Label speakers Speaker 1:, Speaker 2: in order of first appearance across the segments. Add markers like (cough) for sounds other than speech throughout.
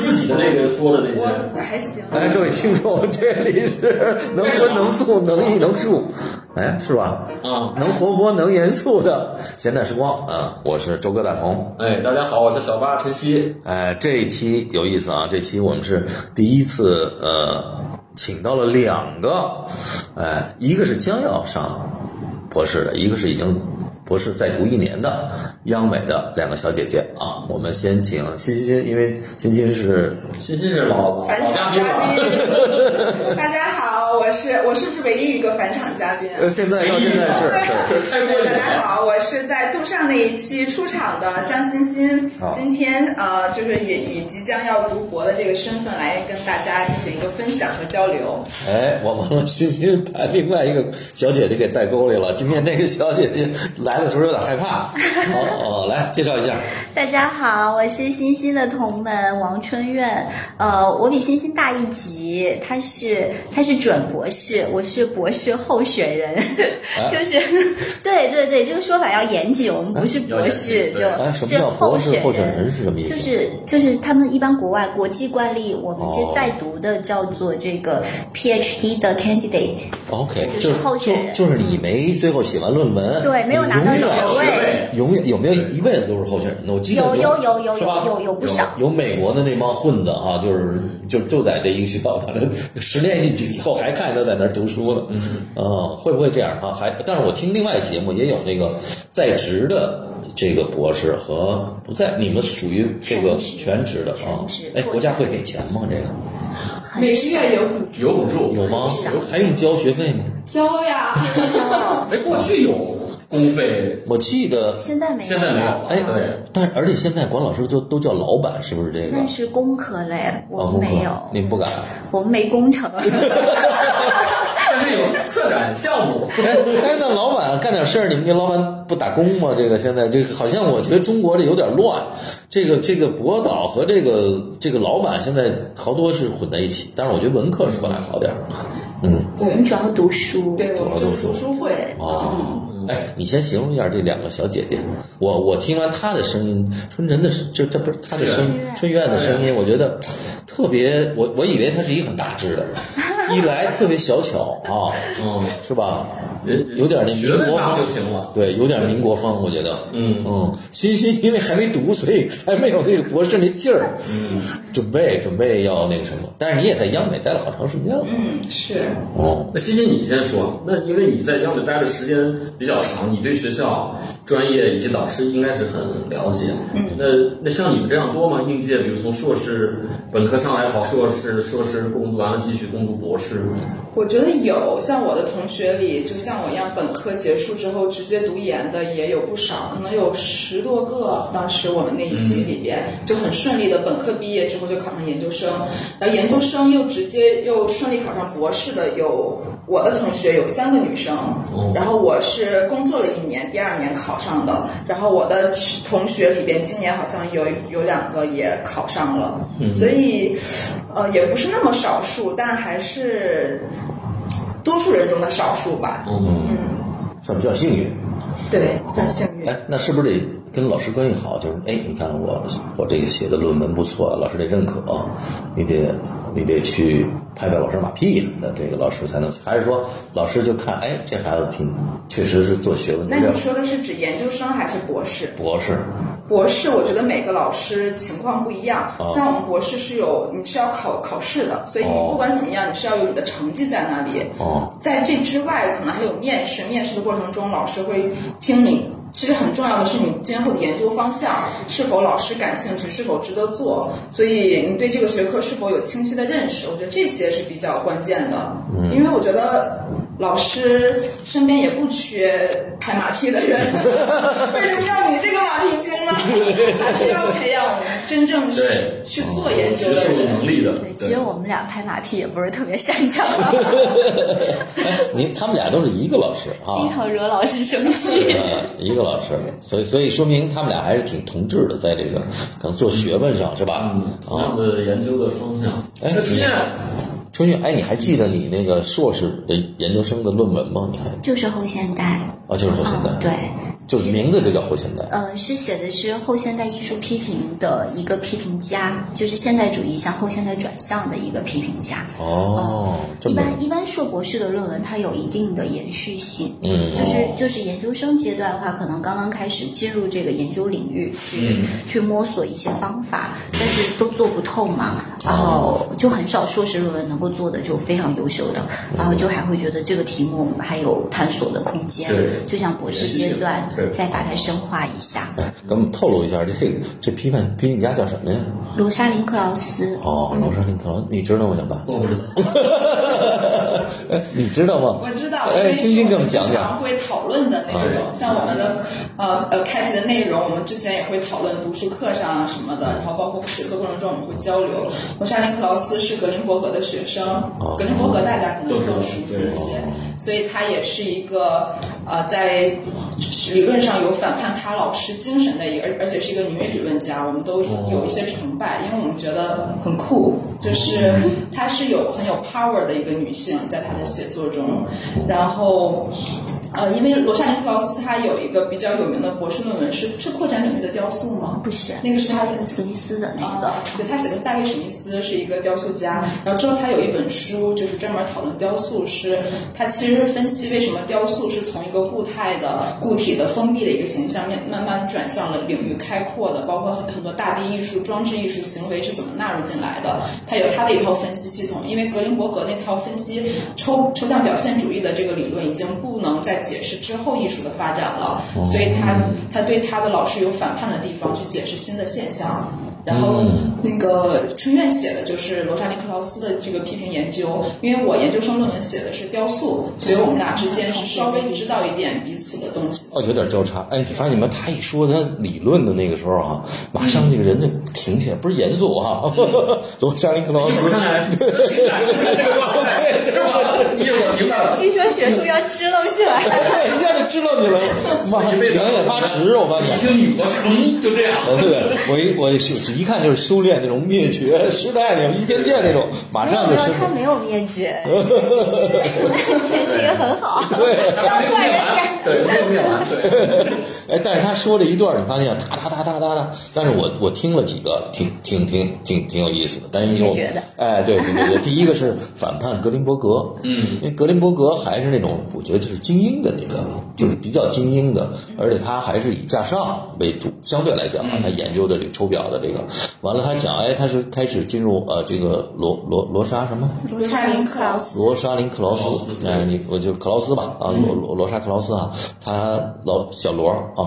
Speaker 1: 己的那个说的那些。
Speaker 2: 我还行，
Speaker 3: 哎，各位听众，这里是能荤能素能艺能术，哎，是吧？
Speaker 1: 啊，
Speaker 3: 能活泼能严肃的闲谈时光啊！我是周哥大同。
Speaker 1: 哎，大家好，我是小八晨曦。
Speaker 3: 哎，这一期有意思啊！这期我们是第一次呃，请到了两个，哎，一个是将要上博士的，一个是已经博士再读一年的央美的两个小姐姐啊。我们先请欣欣，因为欣欣是
Speaker 1: 欣欣是老老
Speaker 2: 返
Speaker 1: 老
Speaker 2: 场
Speaker 1: 嘉
Speaker 2: 嘉
Speaker 1: 宾了，
Speaker 2: 宾。 (laughs) 大家好，我是我是不是唯一一个返场嘉宾？
Speaker 3: 呃，现在到现在
Speaker 1: 哎
Speaker 3: 是对。
Speaker 1: 太过瘾
Speaker 2: 对，大家
Speaker 1: 了。
Speaker 2: 好，我是在杜尚那一期出场的张欣欣
Speaker 3: 好，
Speaker 2: 今天呃，就是也以即将要读博的这个身份来跟大家进行一个分享和交流。
Speaker 3: 哎，我忘了欣欣把另外一个小姐姐给带沟里了。今天这个小姐姐来的时候有点害
Speaker 4: (laughs)
Speaker 3: 怕。哦哦，来介绍一下。
Speaker 4: 大家好，我是欣欣的同门王春苑。呃，我比欣欣大一级，她是她是准博士，我是博士候选人，
Speaker 3: 啊
Speaker 4: (laughs) 就是对对对，这个说法要严谨，我们不是博士，
Speaker 1: 要严谨对
Speaker 3: 哎，
Speaker 4: 就
Speaker 3: 什么
Speaker 4: 是
Speaker 3: 叫博士候
Speaker 4: 候
Speaker 3: 选
Speaker 4: 选
Speaker 3: 人是什么意思？
Speaker 4: 就是就是他们一般国外国际惯例，我们
Speaker 3: 哦
Speaker 4: 这在读的叫做这个 PhD 的 candidate，
Speaker 3: OK，
Speaker 4: 就是
Speaker 3: 就是
Speaker 4: 候选
Speaker 3: 就
Speaker 4: 人
Speaker 3: 就是你没最后写完论文，
Speaker 4: 对没有拿到
Speaker 3: 你永远
Speaker 4: 学
Speaker 1: 位
Speaker 3: 永远有没有一辈子都是候选人的？我记得
Speaker 4: 有有有有
Speaker 3: 是吧
Speaker 4: 有有有不少。嗯
Speaker 3: 有美国的那帮混子啊，就是就就在这一个学校，反正 (laughs) 十年进去以后还看都在那儿读书呢。嗯，会不会这样啊？还，但是我听另外节目也有那个在职的这个博士和不在，你们属于这个
Speaker 4: 全职
Speaker 3: 全职的啊
Speaker 4: 全职？
Speaker 3: 哎，国家会给钱吗？这个
Speaker 4: 很
Speaker 2: 每个月有补
Speaker 1: 有补助
Speaker 3: 有吗
Speaker 4: 是啊？
Speaker 3: 还用交学费吗？
Speaker 2: 交呀，
Speaker 1: 哎，过去有公费，
Speaker 3: 我记得，
Speaker 4: 现在没有，
Speaker 1: 现在没有了。
Speaker 3: 哎
Speaker 1: 对，，
Speaker 3: 但而且现在管老师就都叫老板，是不是这个？
Speaker 4: 那是工科类，我
Speaker 3: 哦，
Speaker 4: 们
Speaker 3: 工
Speaker 4: 没有
Speaker 3: 科，，你们不敢。啊
Speaker 4: 我们没工程。
Speaker 1: 但是有策展项目。
Speaker 3: (laughs) 哎哎，那老板干点事儿，你们这老板不打工吗？这个现在这个好像我觉得中国这有点乱，这个这个博导和这个这个老板现在好多是混在一起，但是我觉得文科是不还好点儿。嗯，
Speaker 4: 我们主要读书，
Speaker 2: 对，我们就读书会。嗯
Speaker 3: 哦，哎，你先形容一下这两个小姐姐。我我听完她的声音，春晨的声，就这不是她的声
Speaker 4: 春，苑
Speaker 3: 春苑的声音，我觉得特别，我我以为她是一个很大只的，一来特别小巧啊，
Speaker 1: 嗯，
Speaker 3: 是吧？
Speaker 1: 人
Speaker 3: 有点那
Speaker 1: 学
Speaker 3: 民
Speaker 1: 问
Speaker 3: 国
Speaker 1: 大
Speaker 3: 风
Speaker 1: 就行了。
Speaker 3: 对，有点民国风，我觉得。
Speaker 1: 嗯
Speaker 3: 嗯，欣欣因为还没读，所以还没有那个博士那劲儿。嗯，准备准备要那个什么，但是你也在央美待了好长时间了。
Speaker 2: 嗯，是。
Speaker 3: 哦，
Speaker 1: 那欣欣，你先说。那因为你在央美待的时间比较长，你对学校、专业以及导师应该是很了解。嗯。那那像你们这样多吗？应届，比如从硕士、本科上来考硕士，硕士攻读完了继续攻读博士。
Speaker 2: 我觉得有，像我的同学里，就像我一样，本科结束之后直接读研的也有不少，可能有十多个。当时我们那一期里边就很顺利的，本科毕业之后就考上研究生，然后研究生又直接又顺利考上博士的有我的同学有三个女生，然后我是工作了一年，第二年考上的，然后我的同学里边今年好像有有两个也考上了，所以呃也不是那么少数，但还是多数人中的少数吧。
Speaker 1: 嗯。
Speaker 3: 算比较幸运。
Speaker 2: 对，算幸运。
Speaker 3: 哎，那是不是得跟老师关系好？就是哎，你看我我这个写的论文不错，老师得认可，你得你得去拍拍老师马屁什么的，这个老师才能。还是说老师就看哎，这孩子挺确实是做学问的
Speaker 2: 那
Speaker 3: 料
Speaker 2: 你，说的是指研究生还是博士？
Speaker 3: 博士。
Speaker 2: 博士，我觉得每个老师情况不一样
Speaker 3: 哦。
Speaker 2: 像我们博士是有你是要考考试的，所以你
Speaker 3: 哦
Speaker 2: 不管怎么样，你是要有你的成绩在那里。
Speaker 3: 哦，
Speaker 2: (laughs) 在这之外，可能还有面试。面试的过程中，老师会听你。其实很重要的是你今后的研究方向是否老师感兴趣，是否值得做，所以你对这个学科是否有清晰的认识，我觉得这些是比较关键的。因为我觉得老师身边也不缺拍马屁的人， (laughs) 为什么要你这个马屁精呢？还是要培养真正去
Speaker 1: 对
Speaker 2: 去做研究
Speaker 1: 学
Speaker 2: 的
Speaker 1: 术
Speaker 2: 人。
Speaker 1: 能力的，
Speaker 4: 对，其实我们俩拍马屁也不是特别擅长，
Speaker 3: 您他们俩都是一个老师
Speaker 4: 经
Speaker 3: 啊，
Speaker 4: 常惹老师生
Speaker 3: (laughs)
Speaker 4: 气。
Speaker 3: 呃，一个老师，所以所以说明他们俩还是挺同志的，在这个可能做学问上是吧？
Speaker 1: 同
Speaker 3: 啊，
Speaker 1: 样的研究的方向。
Speaker 3: 哎
Speaker 1: 那春燕，
Speaker 3: 春运，哎，你还记得你那个硕士的研究生的论文吗？你还
Speaker 4: 就是后现代，嗯
Speaker 3: 啊，就是说现在
Speaker 4: 对，
Speaker 3: 就是名字就叫后现代。
Speaker 4: 呃，是写的是后现代艺术批评的一个批评家，就是现代主义向后现代转向的一个批评家。
Speaker 3: 哦，这
Speaker 4: 一
Speaker 3: 么
Speaker 4: 般一般硕博士的论文它有一定的延续性，
Speaker 3: 嗯
Speaker 4: 就是就是研究生阶段的话，可能刚刚开始进入这个研究领域去、
Speaker 1: 嗯
Speaker 4: 去摸索一些方法，但是都做不透嘛，然后就很少硕士论文能够做的就非常优秀的，然后就还会觉得这个题目我们还有探索的空间
Speaker 1: 对，
Speaker 4: 就像博士阶段
Speaker 1: 对
Speaker 4: 再把它深化一下。
Speaker 3: 哎，给我们透露一下，这个这批判批评家叫什么呀？
Speaker 4: 罗莎琳·克劳斯，
Speaker 3: 哦，劳山林克劳，你知道吗，小白？
Speaker 1: 我不知道，
Speaker 3: 哎，你知道吗？
Speaker 2: 我知道，因
Speaker 3: 哎，
Speaker 2: 为
Speaker 3: 星
Speaker 2: 是
Speaker 3: 星给
Speaker 2: 我
Speaker 3: 我们
Speaker 2: 们
Speaker 3: 讲啊
Speaker 2: 经
Speaker 3: 讲。
Speaker 2: 常会讨论的内容，
Speaker 1: 嗯
Speaker 2: 像我们的呃呃开题的内容，我们之前也会讨论读书课上啊什么
Speaker 3: 嗯
Speaker 2: 的，然后包括写作过程中我们会交流。罗莎琳·克劳斯是格林伯格的学生，
Speaker 3: 哦
Speaker 2: 格林伯格大家可能
Speaker 1: 都
Speaker 2: 更
Speaker 1: 知道
Speaker 2: 熟悉一些
Speaker 1: 对，
Speaker 2: 所以他也是一个呃在理论上有反叛他老师精神的一个，而而且是一个女理论家，我们都有一些崇拜，因为我们觉得很酷，就是她是有很有 power 的一个女性，在她的写作中，然后。呃，因为罗莎琳·克劳斯她有一个比较有名的博士论文是是扩展领域的雕塑吗？
Speaker 4: 不是
Speaker 2: 那个是
Speaker 4: 是
Speaker 2: 他
Speaker 4: 他史密斯的那个。
Speaker 2: 对他写的大卫史密斯是一个雕塑家，然后之后他有一本书就是专门讨论雕塑是，他其实是分析为什么雕塑是从一个固态的固体的封闭的一个形象面慢慢转向了领域开阔的，包括很很多大地艺术、装置艺术行为是怎么纳入进来的，他有他的一套分析系统，因为格林伯格那套分析抽抽象表现主义的这个理论已经不能再解释之后艺术的发展了，所以他他对他的老师有反叛的地方去解释新的现象。然后那个春苑写的就是罗莎琳·克劳斯的这个批评研究，因为我研究生论文写的是雕塑，所以我们俩之间是稍微知道一点彼此的东西。
Speaker 3: 哦，有点交叉。哎，你发现没？他一说他理论的那个时候啊，马上这个人就停起来，不是严肃啊。 (laughs) 罗莎琳克劳
Speaker 1: 一
Speaker 3: 斯
Speaker 1: 哎会儿看看情感是不是这个状态，是吧？你我明白了。
Speaker 4: 一说哦学术要支棱起来，
Speaker 3: 哎一下就知道你了，妈，
Speaker 1: 一
Speaker 3: 两
Speaker 1: 辈子
Speaker 3: 眼发直，我发
Speaker 1: 一
Speaker 3: 现。
Speaker 1: 听女博士，嗯，就这样。
Speaker 3: 对，我一我一修一看就是修炼那种灭绝时代那种一天剑那种，马
Speaker 4: 没有
Speaker 3: 上
Speaker 4: 没
Speaker 3: 就
Speaker 4: 有，
Speaker 3: 升
Speaker 4: 他没有灭 (laughs) 绝，前提也很好。
Speaker 1: 还没有灭完，对，没有灭完，对。
Speaker 3: 哎，但是他说这一段，你发现哒哒哒哒哒哒，但是我我听了几个，挺挺挺挺挺有意思的，但是因为我
Speaker 4: 你也觉得
Speaker 3: 哎，对对对对，第一个是反叛格林伯格，嗯，因为格林伯格还是那种我觉得就是精英的那个，就是比较精英的，
Speaker 4: 嗯
Speaker 3: 而且他还是以架上为主，相对来讲啊，他研究的这个抽表的这个，完了他讲，哎，他是开始进入呃这个罗罗罗莎什么
Speaker 4: 罗莎琳·克劳斯，
Speaker 3: 罗莎琳·克劳斯
Speaker 1: 克劳斯，
Speaker 3: 哎，你我就克劳斯吧，啊，罗罗罗莎·克劳斯啊，他老小罗儿啊，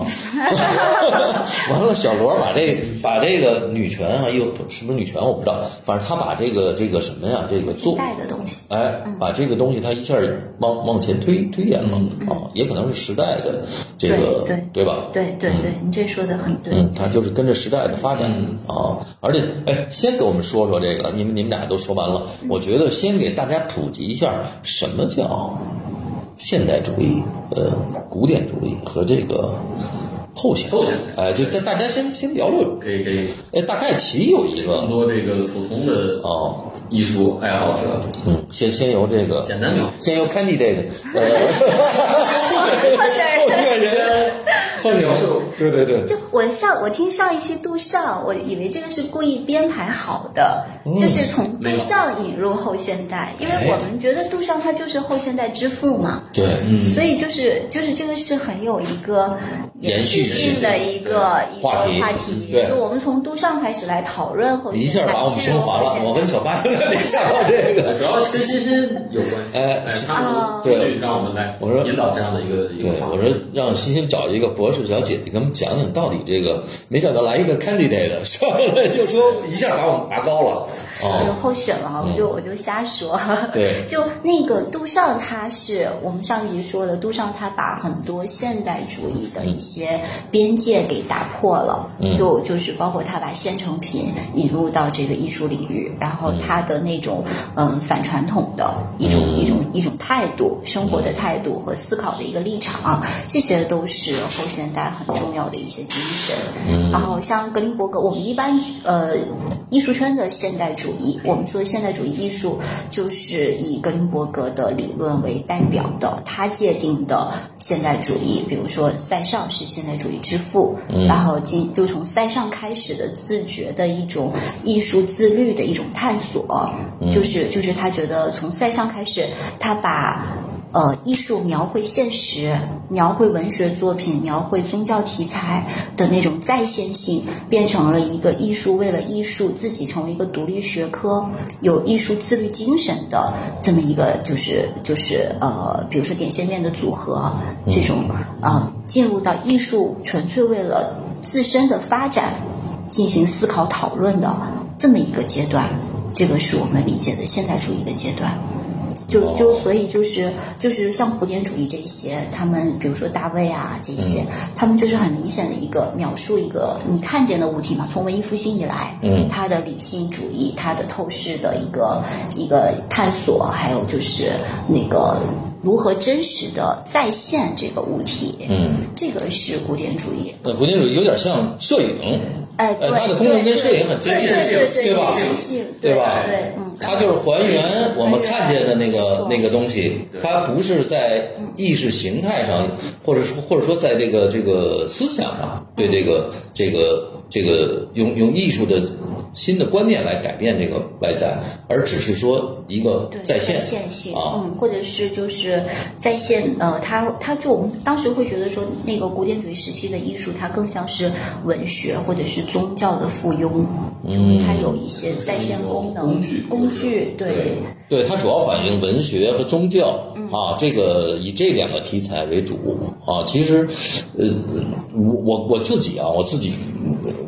Speaker 3: (laughs) 完了，小罗儿把这把这个女权啊，又是不是女权我不知道，反正他把这个这个什么呀，这个
Speaker 4: 现
Speaker 3: 做，
Speaker 4: 代的嗯东西，
Speaker 3: 哎，把这个东西他一下儿往往前推推演了啊，也可能是时代的这个
Speaker 4: 对对
Speaker 3: 对吧？
Speaker 4: 对对对，你这说的很对。
Speaker 3: 嗯，他就是跟着时代的发展啊，而且哎，先给我们说说这个，你们你们俩都说完了，我觉得先给大家普及一下什么叫现代主义、呃古典主义和这个后现代
Speaker 1: 后现
Speaker 3: 哎，就大大家先先聊聊，
Speaker 1: 给给
Speaker 3: 哎，大概齐有一
Speaker 1: 很
Speaker 3: 个
Speaker 1: 多这个普通的
Speaker 3: 哦，
Speaker 1: 艺术爱好者，
Speaker 3: 嗯，先先由这个
Speaker 1: 简单描述。
Speaker 3: 先由 candidate 呃候选人候选人，对对对，
Speaker 4: 就我上我听上一期杜尚，我以为这个是故意编排好的，就是从
Speaker 1: 没有
Speaker 4: 杜尚引入后现代，因为我们觉得杜尚他就是后现代之父嘛，
Speaker 3: 对，
Speaker 4: 所以就是就是这个是很有一个
Speaker 3: 延续
Speaker 4: 续性的
Speaker 3: 性
Speaker 4: 一个一个
Speaker 3: 话
Speaker 4: 话
Speaker 3: 题对
Speaker 4: 就我们从杜尚开始来讨论后
Speaker 3: 一下
Speaker 4: 现代，
Speaker 3: 把我们
Speaker 4: 进
Speaker 3: 升
Speaker 4: 入
Speaker 3: 华
Speaker 4: 后
Speaker 3: 了，
Speaker 4: 现
Speaker 3: 我
Speaker 4: 代
Speaker 3: 跟小八有点联想到这个。
Speaker 1: 主要是跟欣欣有关系，
Speaker 3: 哎
Speaker 1: 哎，他们
Speaker 3: 对
Speaker 1: 去让我们来
Speaker 3: 我说
Speaker 1: 引导这样的一个一个
Speaker 3: 对，
Speaker 1: 话
Speaker 3: 我
Speaker 1: 题。
Speaker 3: 说让欣欣找一个博士小姐姐给我们讲讲到底这个，没想到来一个 candidate 上来 (laughs) 就说一下把我们拔高了。
Speaker 4: 有
Speaker 3: 哦，
Speaker 4: 候选嘛，我就我就瞎说。
Speaker 3: 对
Speaker 4: (laughs) 就那个杜尚，他是我们上集说的，杜尚他把很多现代主义的一
Speaker 3: 嗯
Speaker 4: 些边界给打破了，就就是包括他把现成品引入到这个艺术领域，然后他的那种嗯、呃反传统的一种、
Speaker 3: 嗯
Speaker 4: 一种一种态度、生活的态度和思考的一个立场，这些都是后现。现代很重要的一些精神。
Speaker 3: 嗯
Speaker 4: 然后像格林伯格，我们一般呃艺术圈的现代主义，我们说现代主义艺术就是以格林伯格的理论为代表的，他界定的现代主义，比如说塞尚是现代主义之父，然后进就从塞尚开始的自觉的一种艺术自律的一种探索，就是就是他觉得从塞尚开始，他把。呃，艺术描绘现实，描绘文学作品，描绘宗教题材的那种在线性，变成了一个艺术为了艺术自己成为一个独立学科，有艺术自律精神的这么一个，就是就是呃，比如说点线面的组合这种，呃，进入到艺术纯粹为了自身的发展进行思考讨论的这么一个阶段，这个是我们理解的现代主义的阶段。就
Speaker 3: 哦
Speaker 4: 就所以就是就是像古典主义这些，他们比如说大卫啊这些，
Speaker 3: 嗯
Speaker 4: 他们就是很明显的一个描述一个你看见的物体嘛。从文艺复兴以来，嗯，它的理性主义、它的透视的一个一个探索，还有就是那个如何真实的再现这个物体，嗯，这个是古典主义。
Speaker 3: 那古典主义有点像摄影，
Speaker 4: 哎，对，
Speaker 3: 呃，它的功能跟摄影很接近，
Speaker 4: 对对对对
Speaker 3: 吧？
Speaker 4: 对性，
Speaker 3: 对吧
Speaker 4: 对，嗯，
Speaker 3: 它就是还原我们看见的那个
Speaker 4: 没错
Speaker 3: 那个东西，它不是在意识形态上，或者说或者说在这个这个思想上对这个这个这个用用艺术的新的观念来改变这个外在，而只是说一个
Speaker 4: 对
Speaker 3: 在线
Speaker 4: 线性，
Speaker 3: 啊，
Speaker 4: 嗯，或者是就是在线，呃，他他就我们当时会觉得说，那个古典主义时期的艺术，它更像是文学或者是宗教的附庸，
Speaker 3: 嗯
Speaker 4: 因为它有一些
Speaker 1: 嗯
Speaker 4: 在线功能、
Speaker 1: 工具
Speaker 4: 工具，对
Speaker 1: 对
Speaker 3: 对它主要反映文学和宗教啊，这个以这两个题材为主啊。其实，呃，我我我自己啊，我自己，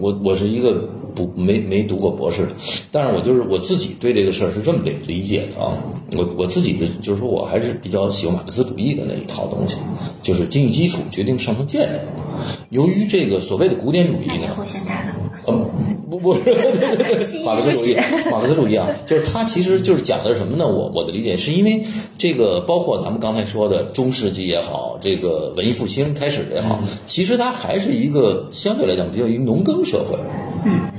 Speaker 3: 我我是一个不没没读过博士的，但是我就是我自己对这个事儿是这么理理解的啊。我我自己的就是说我还是比较喜欢马克思主义的那一套东西，就是经济基础决定上层建筑。由于这个所谓的古典主义
Speaker 4: 那
Speaker 3: 呢
Speaker 4: 太，后现代了，
Speaker 3: 嗯，不不是，
Speaker 4: 新
Speaker 3: 马克思主义
Speaker 4: 意识，
Speaker 3: 马克思主义啊，就是它其实就是讲的是什么呢？我我的理解是因为这个，包括咱们刚才说的中世纪也好，这个文艺复兴开始也好，其实它还是一个相对来讲比较于农耕社会。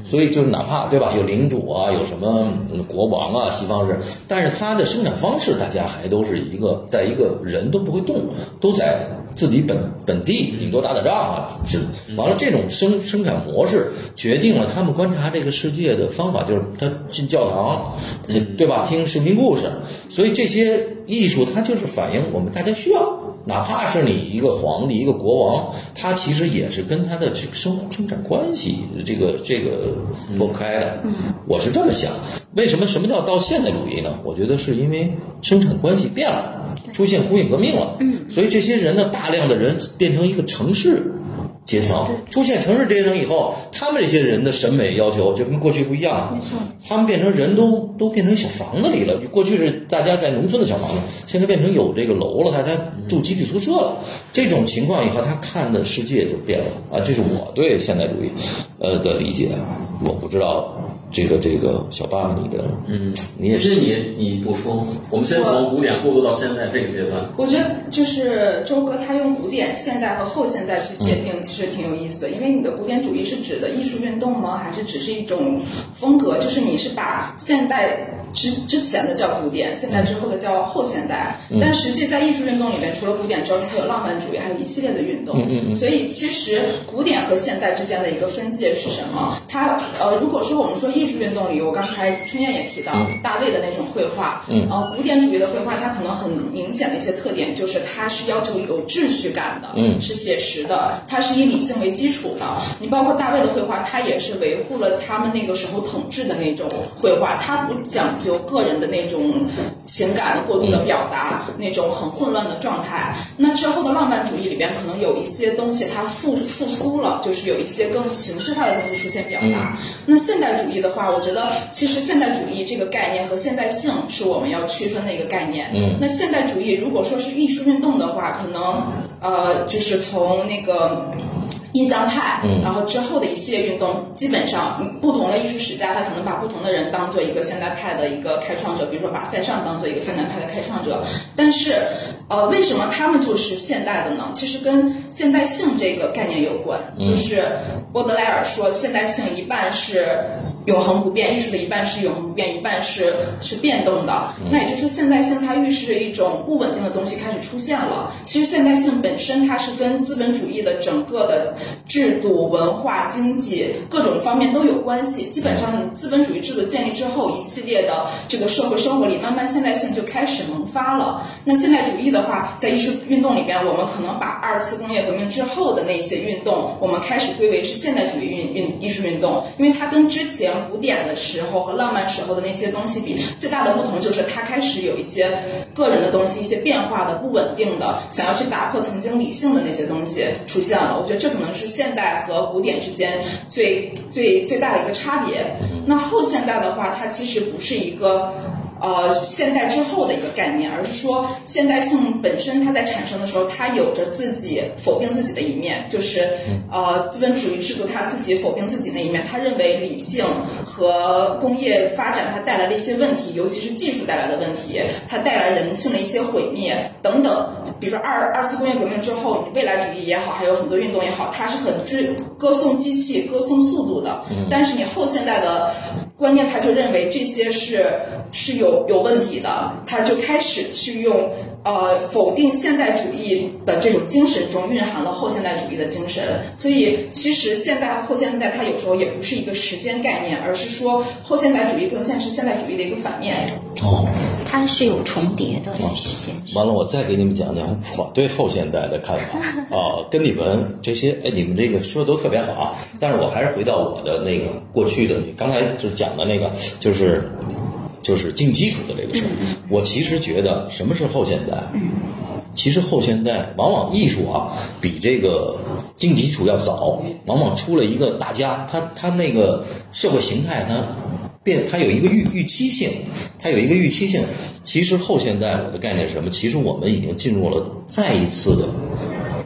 Speaker 3: 所以就是哪怕对吧，有领主啊，有什么嗯国王啊，西方是，但是它的生产方式，大家还都是一个，在一个人都不会动，都在自己本本地，顶多打打仗啊，是。完了，这种生生产模式决定了他们观察这个世界的方法，就是他进教堂，这对吧？听圣经故事，所以这些艺术它就是反映我们大家需要。哪怕是你一个皇帝、一个国王，他其实也是跟他的这个生活生产关系这个这个脱不开的。我是这么想。为什么什么叫到现代主义呢？我觉得是因为生产关系变了，出现工业革命了。嗯，所以这些人呢，大量的人变成一个城市。阶层出现城市阶层以后，他们这些人的审美要求就跟过去不一样了。他们变成人都都变成小房子里了。过去是大家在农村的小房子，现在变成有这个楼了，大家住集体宿舍了。这种情况以后，他看的世界就变了啊！这是我对现代主义呃的理解。我不知道这个这个小霸你的，嗯，你也
Speaker 1: 其
Speaker 3: 是
Speaker 1: 实你你不说，我们先从古典过渡到现代这个阶段。
Speaker 2: 我觉得就是周哥他用古典、现代和后现代去界定，其实挺有意思的。因为你的古典主义是指的艺术运动吗？还是只是一种风格？就是你是把现代之之前的叫古典，现代之后的叫后现代。但实际在艺术运动里面，除了古典之后，它还有浪漫主义，还有一系列的运动。所以其实古典和现代之间的一个分界是什么？它呃，如果说我们说艺术运动里，我刚才春燕也提到大卫的那种绘画，嗯，呃，古典主义的绘画，它可能很明显的一些特点就是它是要求有秩序感的，嗯，是写实的，它是以理性为基础的。你包括大卫的绘画，它也是维护了他们那个时候统治的那种绘画，它不讲究个人的那种情感的过度的表达，那种很混乱的状态。那之后的浪漫主义里边，可能有一些东西它复复苏了，就是有一些更情绪化的东西出现表达。那现代主义的话，我觉得其实现代主义这个概念和现代性是我们要区分的一个概念。嗯，那现代主义如果说是艺术运动的话，可能呃，就是从那个。印象派，然后之后的一系列运动，基本上嗯不同的艺术史家，他可能把不同的人当做一个现代派的一个开创者，比如说把塞尚当做一个现代派的开创者。但是，呃，为什么他们就是现代的呢？其实跟现代性这个概念有关，就是波德莱尔说，现代性一半是。永恒不变，艺术的一半是永恒不变，一半是是变动的。那也就是说，现代性它预示着一种不稳定的东西开始出现了。其实，现代性本身它是跟资本主义的整个的制度、文化、经济各种方面都有关系。基本上，资本主义制度建立之后，一系列的这个社会生活里，慢慢现代性就开始萌发了。那现代主义的话，在艺术运动里边，我们可能把二次工业革命之后的那些运动，我们开始归为是现代主义运运艺术运动，因为它跟之前古典的时候和浪漫时候的那些东西比，最大的不同就是它开始有一些个人的东西，一些变化的、不稳定的，想要去打破曾经理性的那些东西出现了。我觉得这可能是现代和古典之间最最最大的一个差别。那后现代的话，它其实不是一个。呃现代之后的一个概念，而是说现代性本身它在产生的时候，它有着自己否定自己的一面，就是呃资本主义制度它自己否定自己那一面，他认为理性和工业发展它带来的一些问题，尤其是技术带来的问题，它带来人性的一些毁灭等等。比如说二二次工业革命之后，你未来主义也好，还有很多运动也好，它是很追歌颂机器、歌颂速度的，但是你后现代的。观念他就认为这些是是有有问题的，他就开始去用呃否定现代主义的这种精神中蕴含了后现代主义的精神。所以其实现代和后现代它有时候也不是一个时间概念，而是说后现代主义更像是现代主义的一个反面。
Speaker 3: 哦，
Speaker 4: 它是有重叠的在时间上。
Speaker 3: 完了，我再给你们讲讲我对后现代的看法啊，跟你们这些，哎，你们这个说的都特别好啊，但是我还是回到我的那个过去的那个，刚才就讲的那个，就是就是进基础的这个事儿。我其实觉得什么是后现代？其实后现代往往艺术啊，比啊这个呃进基础要早，往往出了一个大家，他他那个社会形态它变它有一个预预期性，它有一个预期性。其实后现代我的概念是什么？其实我们已经进入了再一次的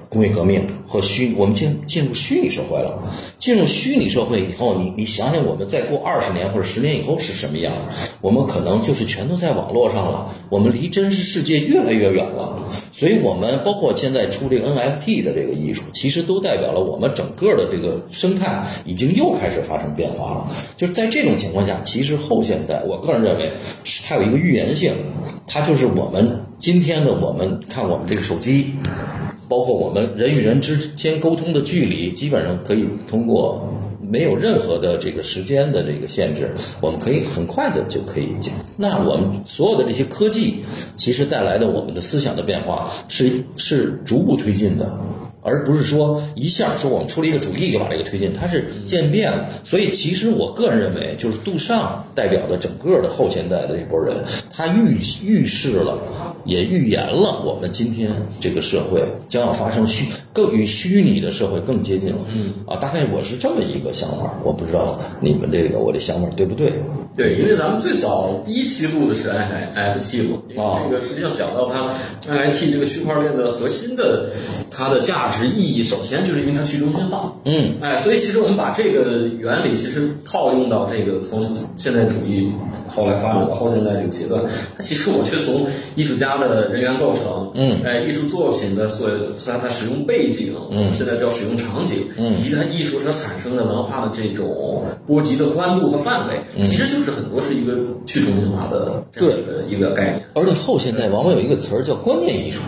Speaker 3: 工业革命和虚，我们进进入虚拟社会了。进入虚拟社会以后，你你想想，我们再过二十年或者十年以后是什么样？我们可能就是全都在网络上了，我们离真实世界越来越远了。所以，我们包括现在出这个 NFT 的这个艺术，其实都代表了我们整个的这个生态已经又开始发生变化了。就是在这种情况下，其实后现代，我个人认为是它有一个预言性，它就是我们今天的我们看我们这个手机。包括我们人与人之间沟通的距离，基本上可以通过没有任何的这个时间的这个限制，我们可以很快的就可以讲。那我们所有的这些科技，其实带来的我们的思想的变化是是逐步推进的。而不是说一下说我们出了一个主意就把这个推进，它是渐变了。所以其实我个人认为，就是杜尚代表的整个的后现代的这波人，他预预示了，也预言了我们今天这个社会将要发生虚更与虚拟的社会更接近了。嗯啊，大概我是这么一个想法，我不知道你们这个我这想法对不对？
Speaker 1: 对，因为咱们最早第一期录的是 I F T 嘛，因为
Speaker 3: 哦
Speaker 1: 这个实际上讲到它 I F T 这个区块链的核心的它的价值意义，首先就是因为它去中心化。
Speaker 3: 嗯，
Speaker 1: 哎，所以其实我们把这个原理其实套用到这个从现代主义后来发展到后现代这个阶段，它其实我觉得从艺术家的人员构成，
Speaker 3: 嗯
Speaker 1: 哎，艺术作品的所它它使用背景，嗯，现在叫使用场景，嗯，以及它艺术所产生的文化的这种波及的宽度和范围，其实就是很多是一个去中心化的这样一个一个概念。
Speaker 3: 而且后现代往往有一个词儿叫观念艺术。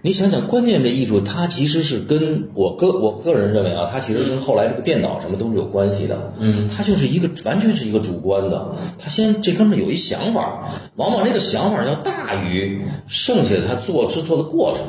Speaker 3: 你想想，观念这艺术，它其实是跟我个我个人认为啊，它其实跟后来这个电脑什么都是有关系的。嗯，它就是一个完全是一个主观的。他先这哥们儿有一想法，往往这个想法要大于剩下他做制作的过程，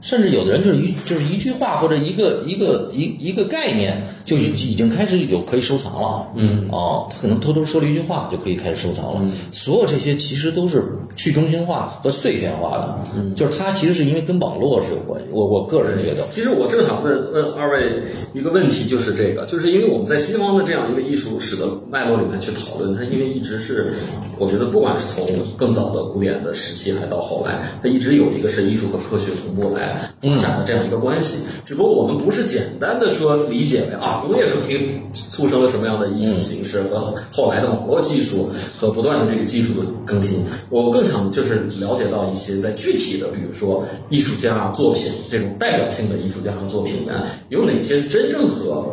Speaker 3: 甚至有的人就是一就是一句话或者一个一个一一个概念就已已经开始有可以收藏了。嗯，哦，他可能偷偷说了一句
Speaker 1: 嗯
Speaker 3: 话就可以开始收藏了。所有这些其实都是去中心化和碎片化的，
Speaker 1: 嗯
Speaker 3: 就是它其实是因为跟网络是有关系。我我个人觉得，
Speaker 1: 其实我正想问问二位一个问题，就是这个，就是因为我们在西方的这样一个艺术史的脉络里面去讨论它，因为一直是我觉得不管是从更早的古典的时期，还到后来，它一直有一个是艺术和科学同步来来发展的这样一个关系。只不过我们不是简单的说理解为啊，工业革命促成了什么样的艺术形式和后来的网络技术和不断的这个技术的更新。我更想就是了解到一些在具体的，比如说艺术家作品这种代表性的艺术家和作品里面有哪些真正和。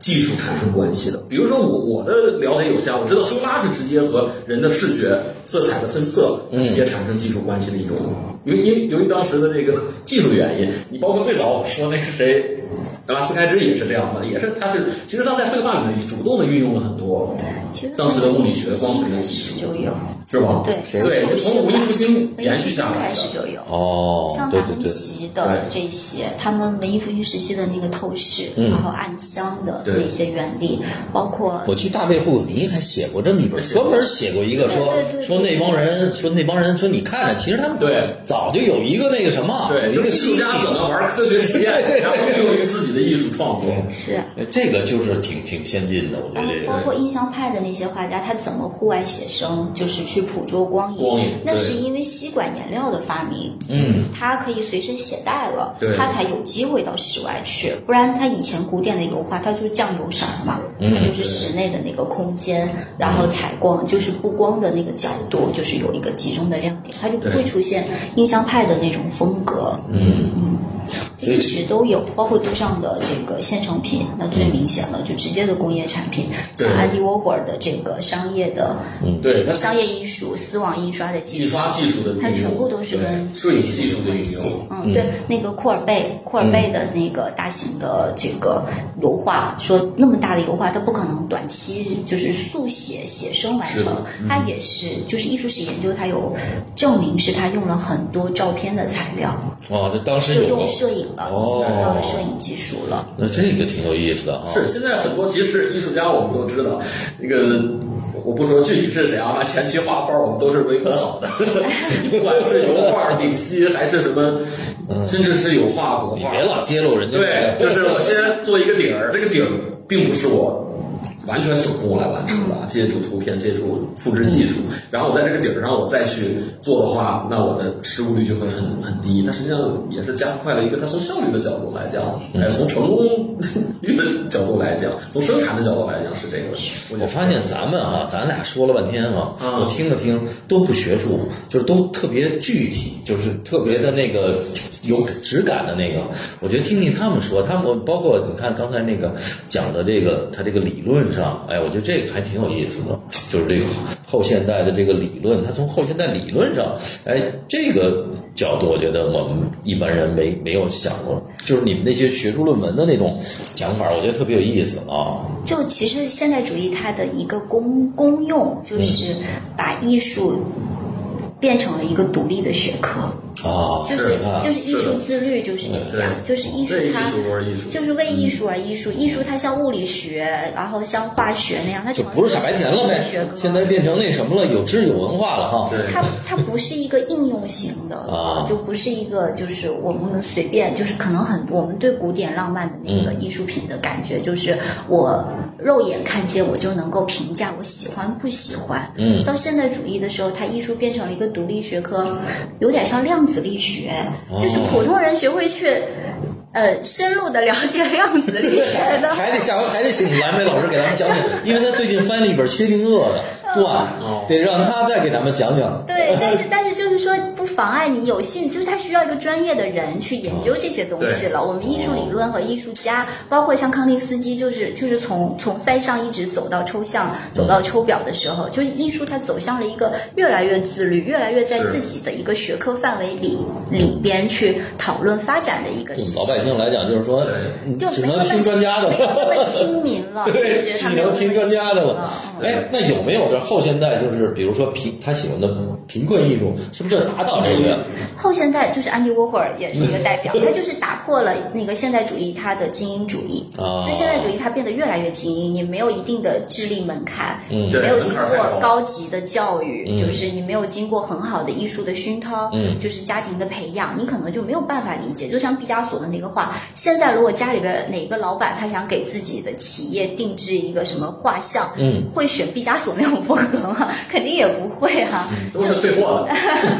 Speaker 1: 技术产生关系的。比如说我我的了解有限，我知道修拉是直接和人的视觉色彩的分色直接产生技术关系的一种，因为因为由于当时的这个技术原因，你包括最早我说那个谁，德拉斯开支也是这样的，也是他是其实他在绘画里面主动的运用了很多
Speaker 4: 其实
Speaker 1: 当时的物理学、光学的技术，
Speaker 4: 就有，
Speaker 1: 是吧？
Speaker 4: 对
Speaker 1: 对，就从文艺复兴延续下来
Speaker 4: 开
Speaker 1: 的。
Speaker 4: 始就有。
Speaker 3: 哦
Speaker 4: 像，达
Speaker 3: 对对哎
Speaker 4: 芬
Speaker 3: 对，
Speaker 4: 奇的这些，他们文艺复兴时期的那个透视，然后暗箱的
Speaker 1: 对
Speaker 4: 那些原理，包括
Speaker 3: 嗯我记得大卫霍尼还写过这么一本，专门写过一个说
Speaker 4: 对对对
Speaker 3: 说那帮人说那帮人说你看着，其实他们
Speaker 1: 对
Speaker 3: 早就有一个那个什么，
Speaker 1: 对，
Speaker 3: 有
Speaker 1: 啊就
Speaker 3: 一个
Speaker 1: 是艺术
Speaker 3: 机器。
Speaker 1: 家怎么玩科学实 (laughs) 验，然后运用于自己的艺术创作。
Speaker 4: 是。
Speaker 3: 呃这个就是挺挺先进的，我觉
Speaker 4: 然
Speaker 3: 得
Speaker 4: 后
Speaker 3: 这
Speaker 4: 包
Speaker 3: 个
Speaker 4: 括印象派的那些画家，他怎么户外写生，就是去捕捉光影。
Speaker 1: 光影
Speaker 4: 那
Speaker 1: 对
Speaker 4: 是因为吸管颜料的发明，
Speaker 3: 嗯，
Speaker 4: 它可以随身携带了
Speaker 1: 对，
Speaker 4: 它才有机会到室外去。不然，它以前古典的油画，它就是酱油色儿嘛，
Speaker 1: 嗯
Speaker 4: 它就是室内的那个空间，然后采光就是布光的那个角度，就是有一个集中的亮点，它就不
Speaker 1: 对
Speaker 4: 会出现印象派的那种风格。
Speaker 3: 所以
Speaker 4: 一直都有，包括都上的这个现成品，那最明显的就直接的工业产品，
Speaker 1: 嗯对
Speaker 4: 像安迪沃霍尔的这个商业的
Speaker 1: 对，他
Speaker 4: 商业艺术、丝网印刷的技术，
Speaker 1: 印刷技术的运用
Speaker 4: 它全部都是跟
Speaker 1: 对摄影技术的运
Speaker 4: 技术有
Speaker 1: 用嗯
Speaker 4: 关系。嗯，对，那个库尔贝，库尔贝的那个大型的这个油画，说那么大的油画，它不可能短期就是速写写生完
Speaker 1: 是
Speaker 4: 成
Speaker 1: 的，嗯
Speaker 4: 它也是就是艺术史研究，它有证明是它用了很多照片的材料，
Speaker 3: 哦，这当时
Speaker 4: 就
Speaker 3: 有
Speaker 4: 用
Speaker 3: 个，
Speaker 4: 摄影了，
Speaker 3: 哦
Speaker 4: 已经到了摄影技术了。
Speaker 3: 那这个挺有意思的哈。啊
Speaker 1: 是现在很多其实艺术家我们都知道，那个我不说具体是谁啊，那前期画画我们都是维很好的， (laughs) 不管是油画、丙烯还是什么，甚至是有画国
Speaker 3: 你
Speaker 1: 画
Speaker 3: 别，老揭露人家
Speaker 1: 对，
Speaker 3: 这个
Speaker 1: 就是我先做一个顶儿，这个顶儿并不是我完全手工来完成的，啊借助图片，借助复制技术，然后我在这个顶儿上我再去做的话，那我的失误率就会很很低。它实际上也是加快了一个它从效率的角度来讲，哎，从成功率的角度来讲，从生产的角度来讲是这个。我觉
Speaker 3: 我
Speaker 1: 得
Speaker 3: 发现咱们啊，咱俩说了半天啊，
Speaker 1: 嗯
Speaker 3: 我听了听都不学术，就是都特别具体，就是特别的那个有质感的那个。我觉得听听他们说，他们包括你看刚才那个讲的这个他这个理论上，哎，我觉得这个还挺有意思的，就是这个后现代的这个理论，他从后现代理论上，哎，这个角度，我觉得我们一般人没没有想过，就是你们那些学术论文的那种讲法，我觉得特别有意思啊。
Speaker 4: 就其实现代主义它的一个功功用，就是把艺术变成了一个独立的学科，
Speaker 3: 啊，
Speaker 4: 就是
Speaker 3: 你看，
Speaker 4: 就是艺
Speaker 1: 是
Speaker 4: 术
Speaker 1: 的
Speaker 4: 自律就是这样，
Speaker 1: 对
Speaker 4: 就是艺术
Speaker 1: 为艺
Speaker 4: 它。
Speaker 1: 术而艺术，
Speaker 4: 就是为艺术而艺术，艺术它像物理学，然后像化学那样，它
Speaker 3: 就
Speaker 4: 成了
Speaker 3: 不是傻白甜了呗
Speaker 4: 学科。
Speaker 3: 现在变成那什么了，有知识有文化了哈。
Speaker 1: 对，
Speaker 4: 它它不是一个应用型的，
Speaker 3: 啊，
Speaker 4: 就不是一个就是我们随便就是可能很我们对古典浪漫的那个艺术品的感觉，就是我肉眼看见我就能够评价我喜欢不喜欢。嗯，到现代主义的时候，它艺术变成了一个独立学科，有点像量子力学，就是普通人学会去。呃，深入的了解量子力学的
Speaker 3: 还得下回还得请蓝莓老师给咱们
Speaker 4: (laughs)
Speaker 3: 讲讲，因为他最近翻了一本薛定谔的
Speaker 4: 嗯
Speaker 3: 传，得让他再给咱们讲讲。(laughs)
Speaker 4: 对，但是但是就是说不妨碍你有兴，就是他需要一个专业的人去研
Speaker 3: 哦
Speaker 4: 究这些东西了。我们艺术理论和艺术家，包括像康定斯基，就是就是从从塞尚一直走到抽象，走到抽表的时候，就是艺术它走向了一个越来越自律，越来越在
Speaker 1: 是
Speaker 4: 自己的一个学科范围里里边去讨论发展的一个事
Speaker 3: 老
Speaker 4: 情。
Speaker 3: 百姓来讲，就是说，嗯
Speaker 4: 就
Speaker 3: 只
Speaker 4: 没
Speaker 3: 能
Speaker 4: 那么
Speaker 3: 听专家的
Speaker 4: 没那么
Speaker 3: 了。
Speaker 4: 亲民了，
Speaker 3: (laughs) 对，
Speaker 4: 其实
Speaker 3: 只
Speaker 4: 他没有
Speaker 3: 能听专家的
Speaker 4: 那么亲民
Speaker 3: 了
Speaker 4: 了。嗯
Speaker 3: 哎，那有没有就是后现代，就是比如说贫他喜欢的贫困艺术，是不是就是达到这个？
Speaker 4: 嗯后现代就是安迪沃霍尔也是一个代表，他就是打破了那个现代主义它的精英主
Speaker 3: (laughs)
Speaker 4: 义，
Speaker 3: 哦
Speaker 4: 嗯就现代主义它变得越来越精英，你没有一定的智力门槛，
Speaker 3: 嗯
Speaker 4: 你
Speaker 1: 对
Speaker 4: 没有经
Speaker 1: 门槛太
Speaker 4: 过
Speaker 1: 高
Speaker 4: 高级的教育，就是你没有经过很好的艺术的熏陶，
Speaker 3: 嗯
Speaker 4: 就是家庭的培养，你可能就没有办法理解。就像毕加索的那个画，现在如果家里边哪个老板他想给自己的企业定制一个什么画像，
Speaker 3: 嗯，
Speaker 4: 会 (laughs) 选毕加索那种风格吗？肯定也不会啊。
Speaker 1: 都是退货的，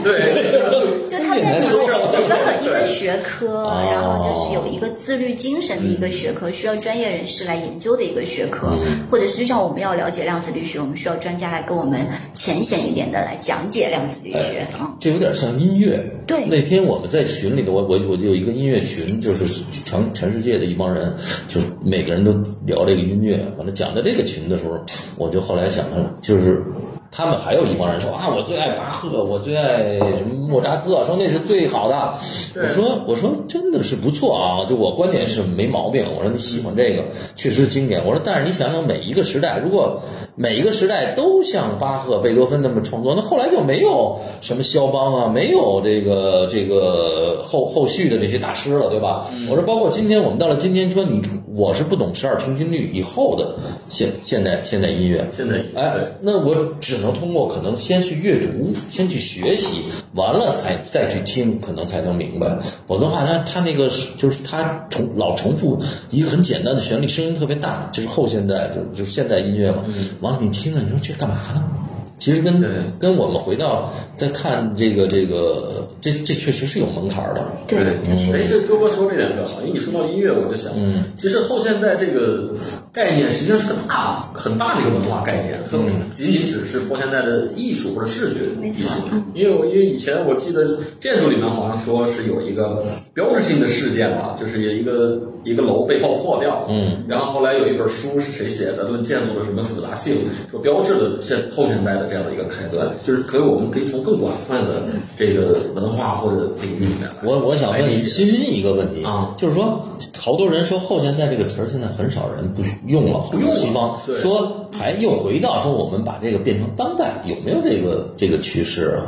Speaker 1: 对， (laughs)
Speaker 4: 就他们在讲
Speaker 3: (laughs)
Speaker 4: 一个一个学科，然后就是有一个自律精神的一个学科，需要专业人士来研究的一个学科，或者是就像我们要了解量子力学，我们需要专家来跟我们浅显一点的来讲解量子力学啊。
Speaker 3: 这有点像音乐。
Speaker 4: 对
Speaker 3: 那天我们在群里头，我我我有一个音乐群，就是全全世界的一帮人，就是每个人都聊这个音乐。完了讲到这个群的时候，我就后来想到，就是他们还有一帮人说啊，我最爱巴赫，我最爱什么莫扎特，说那是最好的。
Speaker 1: 对
Speaker 3: 我说我说真的是不错啊，就我观点是没毛病。我说你喜欢这个确实是经典。我说但是你想想每一个时代，如果每一个时代都像巴赫、贝多芬那么创作，那后来就没有什么肖邦啊，没有这个这个后后续的这些大师了，对吧？我说包括今天我们到了今天说你我是不懂十二平均律以后的现现代现代音乐，
Speaker 1: 现在
Speaker 3: 哎，那我只能通过可能先去阅读，先去学习，完了才再去听，可能才能明白。否则的话，他他那个是就是他重老重复一个很简单的旋律，声音特别大，就是后现代，就就是现代音乐嘛。完了你听了，你说这干嘛呢？其实跟
Speaker 1: 对
Speaker 3: 跟我们回到再看这个这个这这确实是有门槛的，
Speaker 4: 对，
Speaker 1: 哎，这周哥说这点特好，因为你说到音乐，我就想，其实后现代这个概念实际上是个大很大的一个文化概念，更仅仅只是后现代的艺术或者视觉艺术。因为我因为以前我记得建筑里面好像说是有一个标志性的事件吧，就是有一个一个楼被爆破掉，嗯，然后后来有一本书是谁写的，论建筑的什么复杂性，说标志的现后现代的这样的一个开端，就是可以我们可以从更广泛的这个文化或者领域里面来。
Speaker 3: 我我想问你新一个问题
Speaker 1: 啊
Speaker 3: 就是说，好多人说后现代这个词儿，现在很少人不用了，不
Speaker 1: 用了
Speaker 3: 西方
Speaker 1: 对
Speaker 3: 说还又回到说我们把这个变成当代，有没有这个这个趋势啊？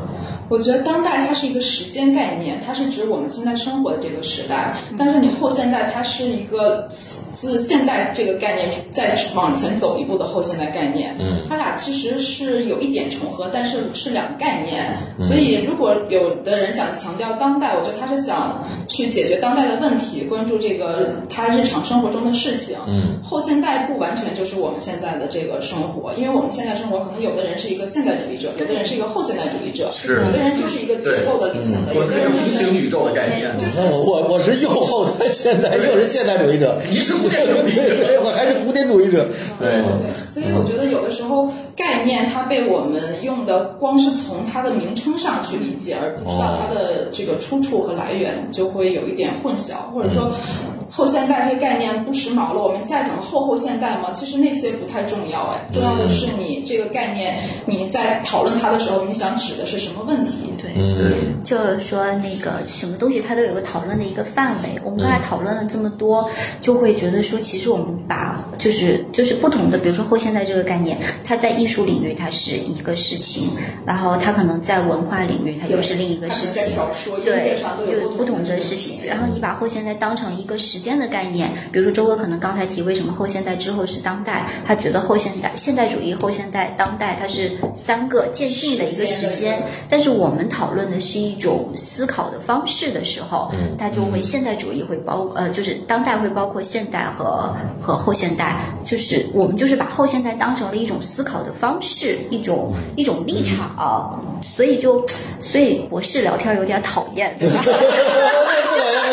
Speaker 2: 我觉得当代它是一个时间概念，它是指我们现在生活的这个时代。但是你后现代，它是一个自现代这个概念再往前走一步的后现代概念。嗯，它俩其实是有一点重合，但是是两个概念。所以如果有的人想强调当代，我觉得他是想去解决当代的问题，关注这个他日常生活中的事情。嗯，后现代不完全就是我们现在的这个生活，因为我们现在生活可能有的人是一个现代主义者，有的人是一个后现代主义者。
Speaker 1: 是
Speaker 2: 有的人就是一个结构的理想的，
Speaker 1: 我
Speaker 2: 有的
Speaker 1: 这个
Speaker 2: 人就
Speaker 1: 嗯平行
Speaker 2: 是
Speaker 1: 宇宙的概念，
Speaker 2: 就
Speaker 3: 那我我我是又后代现代，又是现代主义者，
Speaker 1: 你是古典主义
Speaker 3: 对对，我还是古典主义者，
Speaker 1: 对
Speaker 2: 对，所以我觉得有的时候概念它被我们用的光是从它的名称上去理解，而不知道它的这个出处和来源，就会有一点混淆，或者说。
Speaker 4: 嗯
Speaker 2: 后现代这个概念不时髦了，我们再讲后后现代吗？其实那些不太重要，哎，重要的是
Speaker 4: 嗯
Speaker 2: 你这个概念，你在讨论它的时候，你想指的是什么问题？
Speaker 4: 对。
Speaker 3: 嗯
Speaker 1: 对，
Speaker 4: 就是说那个什么东西，它都有个讨论的一个范围。我们刚才讨论了这么多，就会觉得说，其实我们把就是就是不同的，比如说后现代这个概念，它在艺术领域它是一个事情，然后它可能在文化领域它又是另一个
Speaker 2: 它
Speaker 4: 事
Speaker 2: 是在
Speaker 4: 情。
Speaker 2: 小说、音
Speaker 4: 对
Speaker 2: 乐上，都
Speaker 4: 有
Speaker 2: 有
Speaker 4: 不同
Speaker 2: 的
Speaker 4: 的事情。然后你
Speaker 2: 嗯
Speaker 4: 把后现代当成一个时间的概念，比如说周哥可能刚才提为什么后现代之后是当代，他觉得后现代、现代主义、后现代、当代它是三个渐进的一个时
Speaker 2: 时间
Speaker 4: 间
Speaker 2: 的。
Speaker 4: 但是我们讨论的是一种思考的方式的时候，
Speaker 2: 嗯
Speaker 4: 它就会现代主义会包呃，就是当代会包括现代和
Speaker 2: 嗯
Speaker 4: 和后现代，就是我们就是把后现代当成了一种思考的方式，一种
Speaker 2: 嗯
Speaker 4: 一种立场，所以就所以博士聊天有点讨厌，对
Speaker 2: (laughs)
Speaker 4: 吧？
Speaker 3: 不讨厌不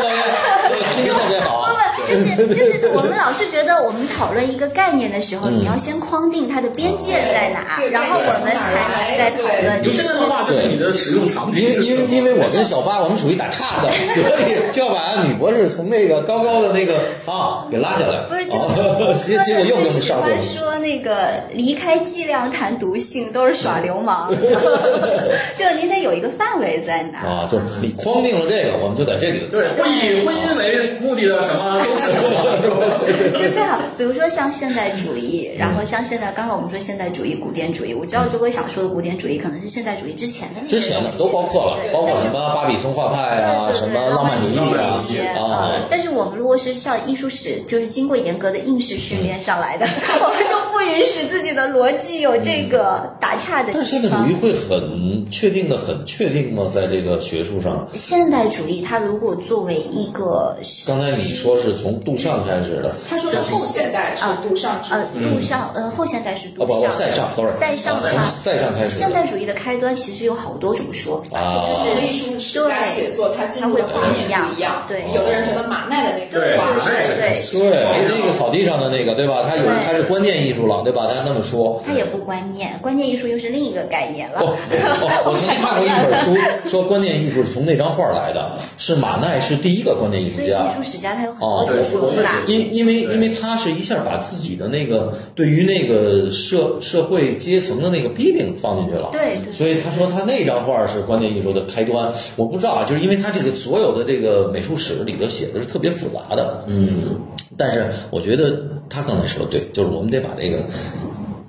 Speaker 3: 讨厌，听着特别好。
Speaker 4: 不，就是就是我们老是觉得我们讨论一个概念的
Speaker 3: 嗯
Speaker 4: 时候，你要先框定它的边界在
Speaker 3: 哦
Speaker 4: 哪
Speaker 2: 对，
Speaker 4: 然后我们
Speaker 2: 这个概念从哪儿来
Speaker 4: 才能再讨论。
Speaker 1: 你现在的话就是你的使用场
Speaker 3: 因
Speaker 1: 景
Speaker 3: 为
Speaker 1: 是
Speaker 3: 因
Speaker 1: 什
Speaker 3: 为
Speaker 1: 么？
Speaker 3: 因为我跟小八我们属于打岔
Speaker 4: (laughs)
Speaker 3: 的，所以就要把女博士从那个高高的那个
Speaker 4: (laughs)
Speaker 3: 啊给拉下来。
Speaker 4: 不是，就
Speaker 3: (laughs) 哦
Speaker 4: 是
Speaker 3: 结结果又给我们上过了
Speaker 4: 喜欢。说那个离开剂量谈毒性都是耍
Speaker 3: (laughs)
Speaker 4: 流氓，就你得有一个范围在哪。
Speaker 3: 啊，就是你框定了这个，我们就在这里头。
Speaker 1: 对，不以婚姻为目的的什么都是什么，是
Speaker 3: (laughs)
Speaker 1: 吧？ (laughs)
Speaker 4: 就最好，比如说像现代主义，然后像现在，刚才我们说现代主义、古典主义，我知道周哥想说的古典主义可能是现代主义之前的，
Speaker 3: 之前的都包括了，包括什么巴比松画派啊，什么浪漫主义
Speaker 4: 那
Speaker 3: 啊
Speaker 4: 些
Speaker 3: 啊。
Speaker 4: 但是我们如果是像艺术史，就是经过严格的应试训练上
Speaker 3: (laughs)
Speaker 4: 来的，我们就不允许自己的逻辑有这个打岔的地方。
Speaker 3: 但是现代主义会很确定的，很确定吗？在这个学术上，
Speaker 4: 现代主义它如果作为一个
Speaker 3: 刚才你说是从杜尚开始的，啊
Speaker 2: 他说是后现代是杜尚之
Speaker 4: 呃
Speaker 2: 父，，
Speaker 4: 杜尚，呃，后现代是
Speaker 3: 哦
Speaker 4: 杜
Speaker 3: 不不
Speaker 4: 尚，
Speaker 3: 塞尚，sorry，
Speaker 4: 塞尚
Speaker 3: 啊
Speaker 4: 的
Speaker 3: 从
Speaker 4: 话
Speaker 3: 塞尚开始
Speaker 4: 现代主义的开端其实有好多种说法，
Speaker 3: 啊
Speaker 2: 不同的艺术史家写作，他进入的方面不一样。
Speaker 4: 对
Speaker 2: 有的人觉得马奈的那
Speaker 1: 对
Speaker 2: 个画
Speaker 1: 马奈
Speaker 3: 哎
Speaker 2: 是
Speaker 1: 的
Speaker 4: 对，
Speaker 3: 对那个草地上的那个对吧？他有
Speaker 4: 对
Speaker 3: 他是观念艺术了对吧？他那么
Speaker 4: (laughs)
Speaker 3: 说。
Speaker 4: 它也不观念，观念艺术又是另一个概念了。
Speaker 3: 哦，哦我曾经看过一本书，说观念艺术是从那张画来的，是马奈是第一个观念艺术
Speaker 4: 所以
Speaker 3: 家。
Speaker 4: 艺术史家他有很
Speaker 3: 哦
Speaker 4: 多
Speaker 1: 对
Speaker 4: 种
Speaker 1: 我
Speaker 4: 说
Speaker 1: 们
Speaker 4: 法，
Speaker 1: 也
Speaker 3: 因因为
Speaker 1: 对
Speaker 3: 因为他是一下把自己的那个对于那个社社会阶层的那个批评放进去了，
Speaker 4: 对对
Speaker 3: 所以他说他那张画是观念艺术的开端。我不知道啊，就是因为他这个所有的这个美术史里头写的是特别复杂的，嗯，但是我觉得他刚才说的对，就是我们得把这个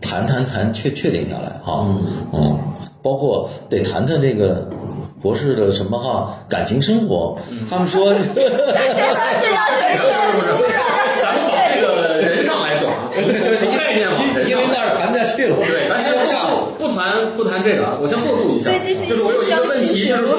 Speaker 3: 谈谈谈确确定下来哈，嗯，包括得谈谈这个。博士的什么哈感情生活？
Speaker 1: 嗯
Speaker 3: 他们
Speaker 1: (laughs)
Speaker 3: 说
Speaker 4: 这让人
Speaker 1: 不是不是不是，咱们从这个人上来走啊，从从从概念往人
Speaker 3: 因
Speaker 1: 上
Speaker 3: 为
Speaker 1: 来。
Speaker 3: 那儿谈不下去了。
Speaker 1: 对，咱先
Speaker 3: 说
Speaker 1: 不
Speaker 3: 上了。
Speaker 1: 不谈不谈这个，啊，我先过渡一下
Speaker 4: 对这是一，个
Speaker 1: 就是我有一个问题，就
Speaker 4: 相
Speaker 1: 是
Speaker 4: 亲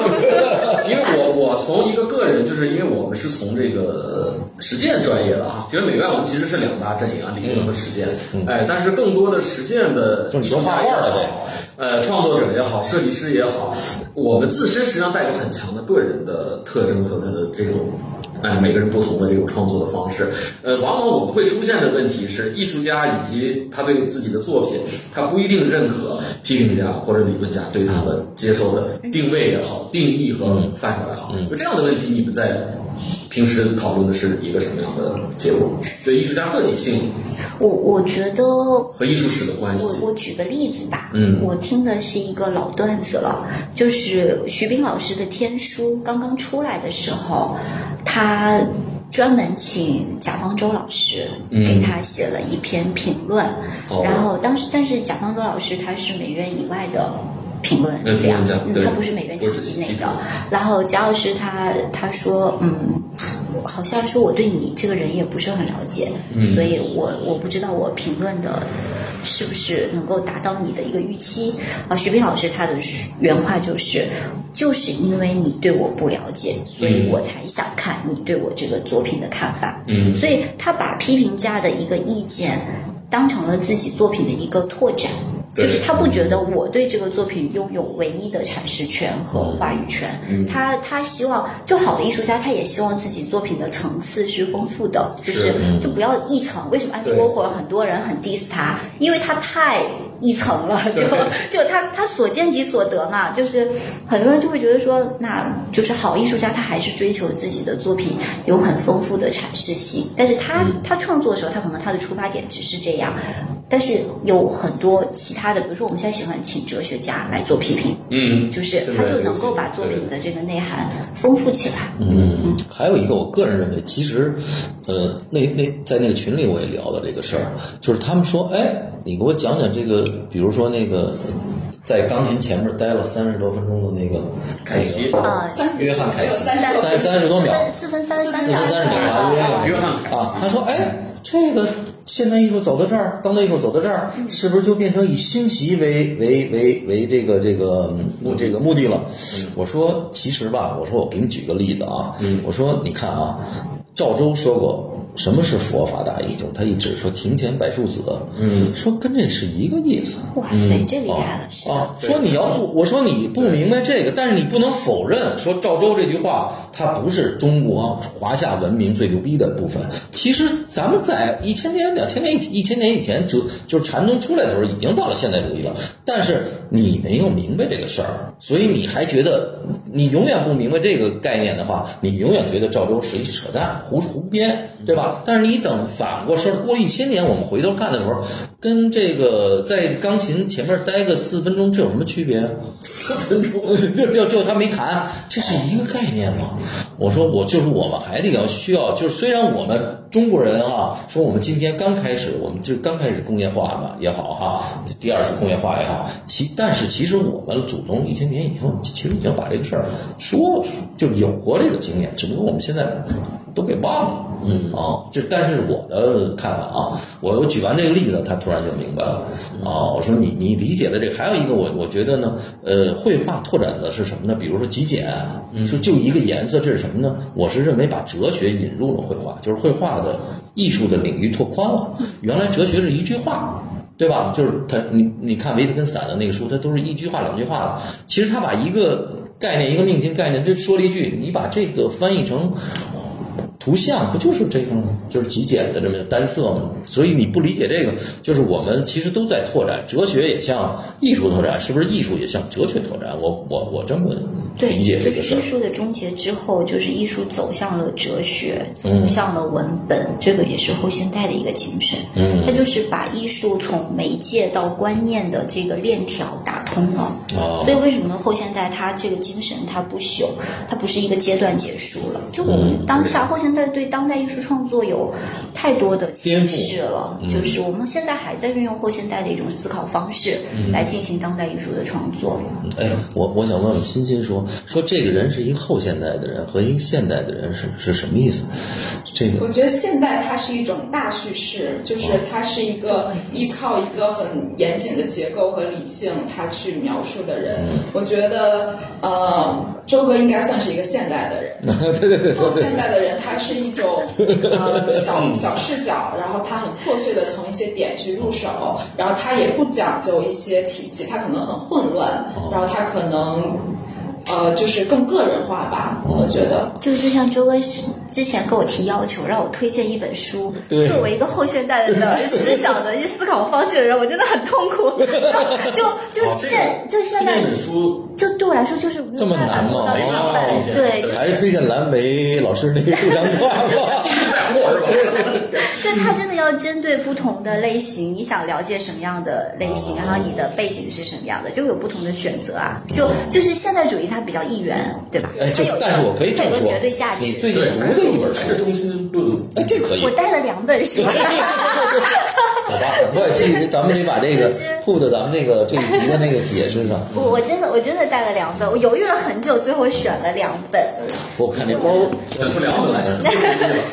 Speaker 3: (laughs)
Speaker 1: 说，因为我我从一个个人，就是因为我们是从这个实践专业的啊，觉得美院我们其实是两大阵营啊，理论和实践，哎，但是更多的实践的
Speaker 3: 嗯就是你
Speaker 1: 艺
Speaker 3: 说
Speaker 1: 术
Speaker 3: 画
Speaker 1: 家也
Speaker 3: 画的呗
Speaker 1: 好，呃，创作者也好，设计师也好，我们自身实际上带有很强的个人的特征和他的这种。哎，每个人不同的这种创作的方式，呃，往往我们会出现的问题是，艺术家以及他对自己的作品，他不一定认可批评家或者理论家对他的接受的定位也好、定义和范畴也好，就这样的问题，你们在平时讨论的是一个什么样的结果？对艺术家个体性
Speaker 4: (laughs) 我我觉得
Speaker 1: 和艺术史的关系
Speaker 4: 我，我举个例子吧，
Speaker 1: 嗯
Speaker 4: 我听的是一个老段子了，就是徐冰老师的《天书》刚刚出来的时候，他专门请贾方舟老师给他写了一篇评论，
Speaker 1: 嗯哦
Speaker 4: 然后当时但是贾方舟老师他是美院以外的。评论
Speaker 1: 嗯
Speaker 4: 量，
Speaker 1: 评论家
Speaker 4: 嗯，
Speaker 1: 对
Speaker 4: 他不是美院体
Speaker 1: 我是
Speaker 4: 系内
Speaker 1: 体系
Speaker 4: 的。然后贾老师他他说，嗯，好像说我对你这个人也不是很了解，所以我我不知道我评论的是不是能够达到你的一个预期啊。徐冰老师他的原话就是，就是因为你对我不了解，所以我才想看你对我这个作品的看法。
Speaker 1: 嗯
Speaker 4: 所以他把批评家的一个意见当成了自己作品的一个拓展。
Speaker 1: 对
Speaker 4: 就是他不觉得我对这个作品拥有唯一的阐释权和话语权，他他希望就好的艺术家，他也希望自己作品的层次是丰富的，就是
Speaker 1: 是
Speaker 4: 就不要一层。为什么安迪
Speaker 1: 对
Speaker 4: 沃霍尔很多人很 diss 他？因为他太一层了，就就他他所见即所得嘛，就是很多人就会觉得说，那就是好艺术家，他还是追求自己的作品有很丰富的阐释性。但是他、
Speaker 3: 嗯
Speaker 4: 他创作的时候，他可能他的出发点只是这样，但是有很多其他的，比如说我们现在喜欢请哲学家来做批评，
Speaker 1: 嗯，
Speaker 4: 就是他就能够把作品的这个内涵丰富起来。
Speaker 3: 嗯，还有一个，我个人认为，其实，呃，那那在那个群里我也聊了这个事儿，就是他们说，哎，你给我讲讲这个，比如说那个在钢琴前面待了三十多分钟的那个
Speaker 1: 凯奇
Speaker 4: 呃，
Speaker 2: 三
Speaker 3: 约翰凯
Speaker 2: 没有
Speaker 3: 奇
Speaker 2: 三十
Speaker 3: 三三十多秒，
Speaker 4: 四分三十三
Speaker 3: 四
Speaker 4: 秒，
Speaker 3: 分三十秒啊，约翰
Speaker 1: 约翰凯
Speaker 3: 啊，他说，哎，这个现代艺术走到这儿，当代艺术走到这儿，是不是就变成以新奇为为为为这个这个目这个目的了？我说，其实吧，我说我给你举个例子啊，我说你看啊，赵州说过。什么是佛法大义？就是他一指说庭前柏树子，嗯，说跟这是一个意思。
Speaker 4: 哇
Speaker 3: 嗯
Speaker 4: 塞，这厉害了，是的。
Speaker 3: 啊，说你要不，我说你不明白这个，但是你不能否认，说赵州这句话，它不是中国华夏文明最牛逼的部分。其实咱们在一千年、两千年、一千年以前，哲就是禅宗出来的时候，已经到了现代主义了。但是你没有明白这个事儿，所以你还觉得你永远不明白这个概念的话，你永远觉得赵州是一扯淡、胡胡编，对吧？但是你等反过身儿，过一千年我们回头看的时候，跟这个在钢琴前面待个四分钟，这有什么区别？
Speaker 1: 四分钟，
Speaker 3: (laughs) 就就就他没谈，这是一个概念吗？我说我就是我们还得要需要，就是虽然我们中国人哈、说我们今天刚开始，我们就刚开始工业化嘛也好哈、第二次工业化也好，其但是其实我们祖宗一千年以后，其实已经把这个事儿说就有过这个经验，只不过我们现在都给忘了。嗯啊，这但是我的看法啊，我我举完这个例子，他突然就明白了啊。我说你你理解的这个，还有一个我我觉得呢，呃，绘画拓展的是什么呢？比如说极简，就就一个颜色，这是什么呢？我是认为把哲学引入了绘画，就是绘画的艺术的领域拓宽了。原来哲学是一句话。对吧？就是他，你你看维特根斯坦的那个书，他都是一句话两句话的。其实他把一个概念一个命题概念就说了一句，你把这个翻译成图像，不就是这个吗？就是极简的这么单色吗？所以你不理解这个，就是我们其实都在拓展，哲学也向艺术拓展，是不是艺术也向哲学拓展？我我我这么
Speaker 4: 对，
Speaker 3: 理解这个事
Speaker 4: 艺
Speaker 3: 儿。
Speaker 4: 术的终结之后，就是艺术走向了哲学，走向了文本，这个也是后现代的一个精神。嗯，它就是把艺术从媒介到观念的这个链条打通了。
Speaker 3: 哦
Speaker 4: 所以为什么后现代它这个精神它不朽，它不是一个阶段结束
Speaker 3: 嗯
Speaker 4: 了？就我们当下、后现代对当代艺术创作有太多的歧
Speaker 3: 颠覆嗯
Speaker 4: 视了，就是我们现在还在运用后现代的一种思考方式
Speaker 3: 嗯
Speaker 4: 来进行当代艺术的创作。
Speaker 3: 哎，我我想问问欣欣说说这个人是一个后现代的人和一个现代的人是是什么意思？这个
Speaker 2: 我觉得现代它是一种大叙事，就是它是一个
Speaker 3: 嗯
Speaker 2: 依靠一个很严谨的结构和理性，它去描述的人。我觉得，呃，周哥应该算是一个现代的人。
Speaker 3: (laughs) 对对对
Speaker 2: 后
Speaker 3: 对对
Speaker 2: 现代的人，他是一种呃
Speaker 3: 嗯
Speaker 2: 小小视角，然后他很破碎的从一些点去入手，然后他也不讲究一些体系，他可能很混乱，
Speaker 3: 哦
Speaker 2: 然后他可能呃就是更个人化吧，我觉得。
Speaker 4: 就就像周哥是之前跟我提要求，让我推荐一本书，
Speaker 3: 对
Speaker 4: 作为一个后现代的
Speaker 3: (laughs)
Speaker 4: 人思想的一思考方式的人，我真的很痛苦。就就
Speaker 1: 哦这个
Speaker 4: 现就现在
Speaker 1: 那本书
Speaker 4: 就对我来说就是没
Speaker 3: 这
Speaker 4: 有
Speaker 3: 么
Speaker 4: 办法
Speaker 3: 难
Speaker 4: 做
Speaker 3: 吗
Speaker 4: 到这
Speaker 1: 哦
Speaker 4: 样办
Speaker 1: 理解，
Speaker 4: 对，就
Speaker 3: 还是推荐蓝莓老师那个录像带
Speaker 4: (laughs)
Speaker 3: 吧。
Speaker 1: 百货是吧？
Speaker 4: 就它真的要针对不同的类型，你想了解什么样的类型，然后你的背景是什么样的，就有不同的选择啊。就就是现代主义它比较一元，对吧？
Speaker 3: 哎，这
Speaker 4: 它有一个
Speaker 3: 但是我可以这
Speaker 4: 它有
Speaker 3: 么
Speaker 4: 个
Speaker 3: 说
Speaker 4: 绝对价，值。
Speaker 3: 你最近
Speaker 1: 对，
Speaker 3: 读的一本书
Speaker 1: 还，是中心论，
Speaker 3: 哎，这可以，
Speaker 4: 我带了两
Speaker 3: (laughs)
Speaker 4: 本书。
Speaker 3: 好吧？我也记得咱们得把这个
Speaker 4: 就是
Speaker 3: put 咱们那个这一集的那个解释上。
Speaker 4: 我我真的我真的带了两本，我犹豫了很久，最后选了两本。
Speaker 3: 我看这包，
Speaker 1: 选出两本来，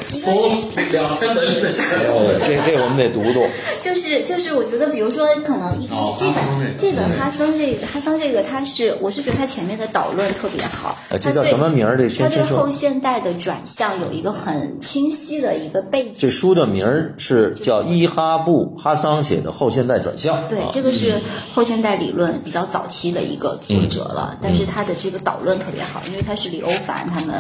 Speaker 1: 从两千文里面选
Speaker 3: 哎
Speaker 1: 两
Speaker 3: 呦
Speaker 1: 本。
Speaker 3: 这这我们得读读。
Speaker 4: 就是就是，我觉得，比如说，可能一开始
Speaker 1: 哦
Speaker 4: 这
Speaker 1: 哈桑
Speaker 4: 本这本哈桑这个哈桑这个，它是我是觉得它前面的导论特别好
Speaker 3: 哎，这
Speaker 4: 它
Speaker 3: 叫
Speaker 4: 对
Speaker 3: 什么名儿这
Speaker 4: 它
Speaker 3: 先
Speaker 4: 对
Speaker 3: 先
Speaker 4: 后
Speaker 3: 说，
Speaker 4: 现代的转向有一个很清晰的一个背景。
Speaker 3: 这书的名儿是叫伊哈布哈桑写的《后现代转向》。
Speaker 4: 对
Speaker 3: 啊，
Speaker 4: 这个是后现代理论比较早期的一个作
Speaker 3: 嗯
Speaker 4: 者了，但是他的这个导论特别好，因为他是李欧凡他们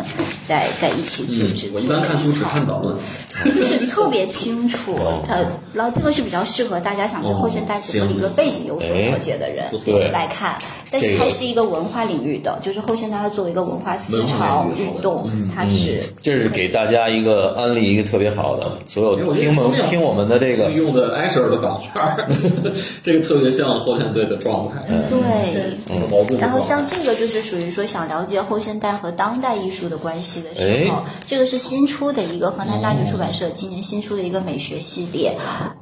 Speaker 4: 在在一起组织的、
Speaker 1: 嗯我一般看书只看导论，
Speaker 4: 就是特别清楚。
Speaker 3: 哦
Speaker 4: 呃它，然后这个是比较适合大家想对后现代整个理论背景有所了解的人
Speaker 3: 不错
Speaker 4: 来看，但是它是一个文化领域的，就是后现代它作为一个文化思
Speaker 1: 文
Speaker 4: 潮
Speaker 1: 化领域
Speaker 4: 运动，它是
Speaker 3: 这是给大家一个安利，一个特别好的，所
Speaker 1: 哎
Speaker 3: 有
Speaker 1: 我觉得
Speaker 3: 听我
Speaker 1: 说不
Speaker 3: 们
Speaker 1: 了
Speaker 3: 听我们的这个
Speaker 1: 利用的 Asher 的版画， (laughs) 这个特别像后现代的状态，
Speaker 3: 嗯
Speaker 4: 对。
Speaker 1: 这个矛盾的状态。
Speaker 4: 然后像这个就是属于说想了解后现代和当代艺术的关系的时候
Speaker 3: 哎，
Speaker 4: 这个是新出的一个河南大学出版社今年新出的一个美学系列，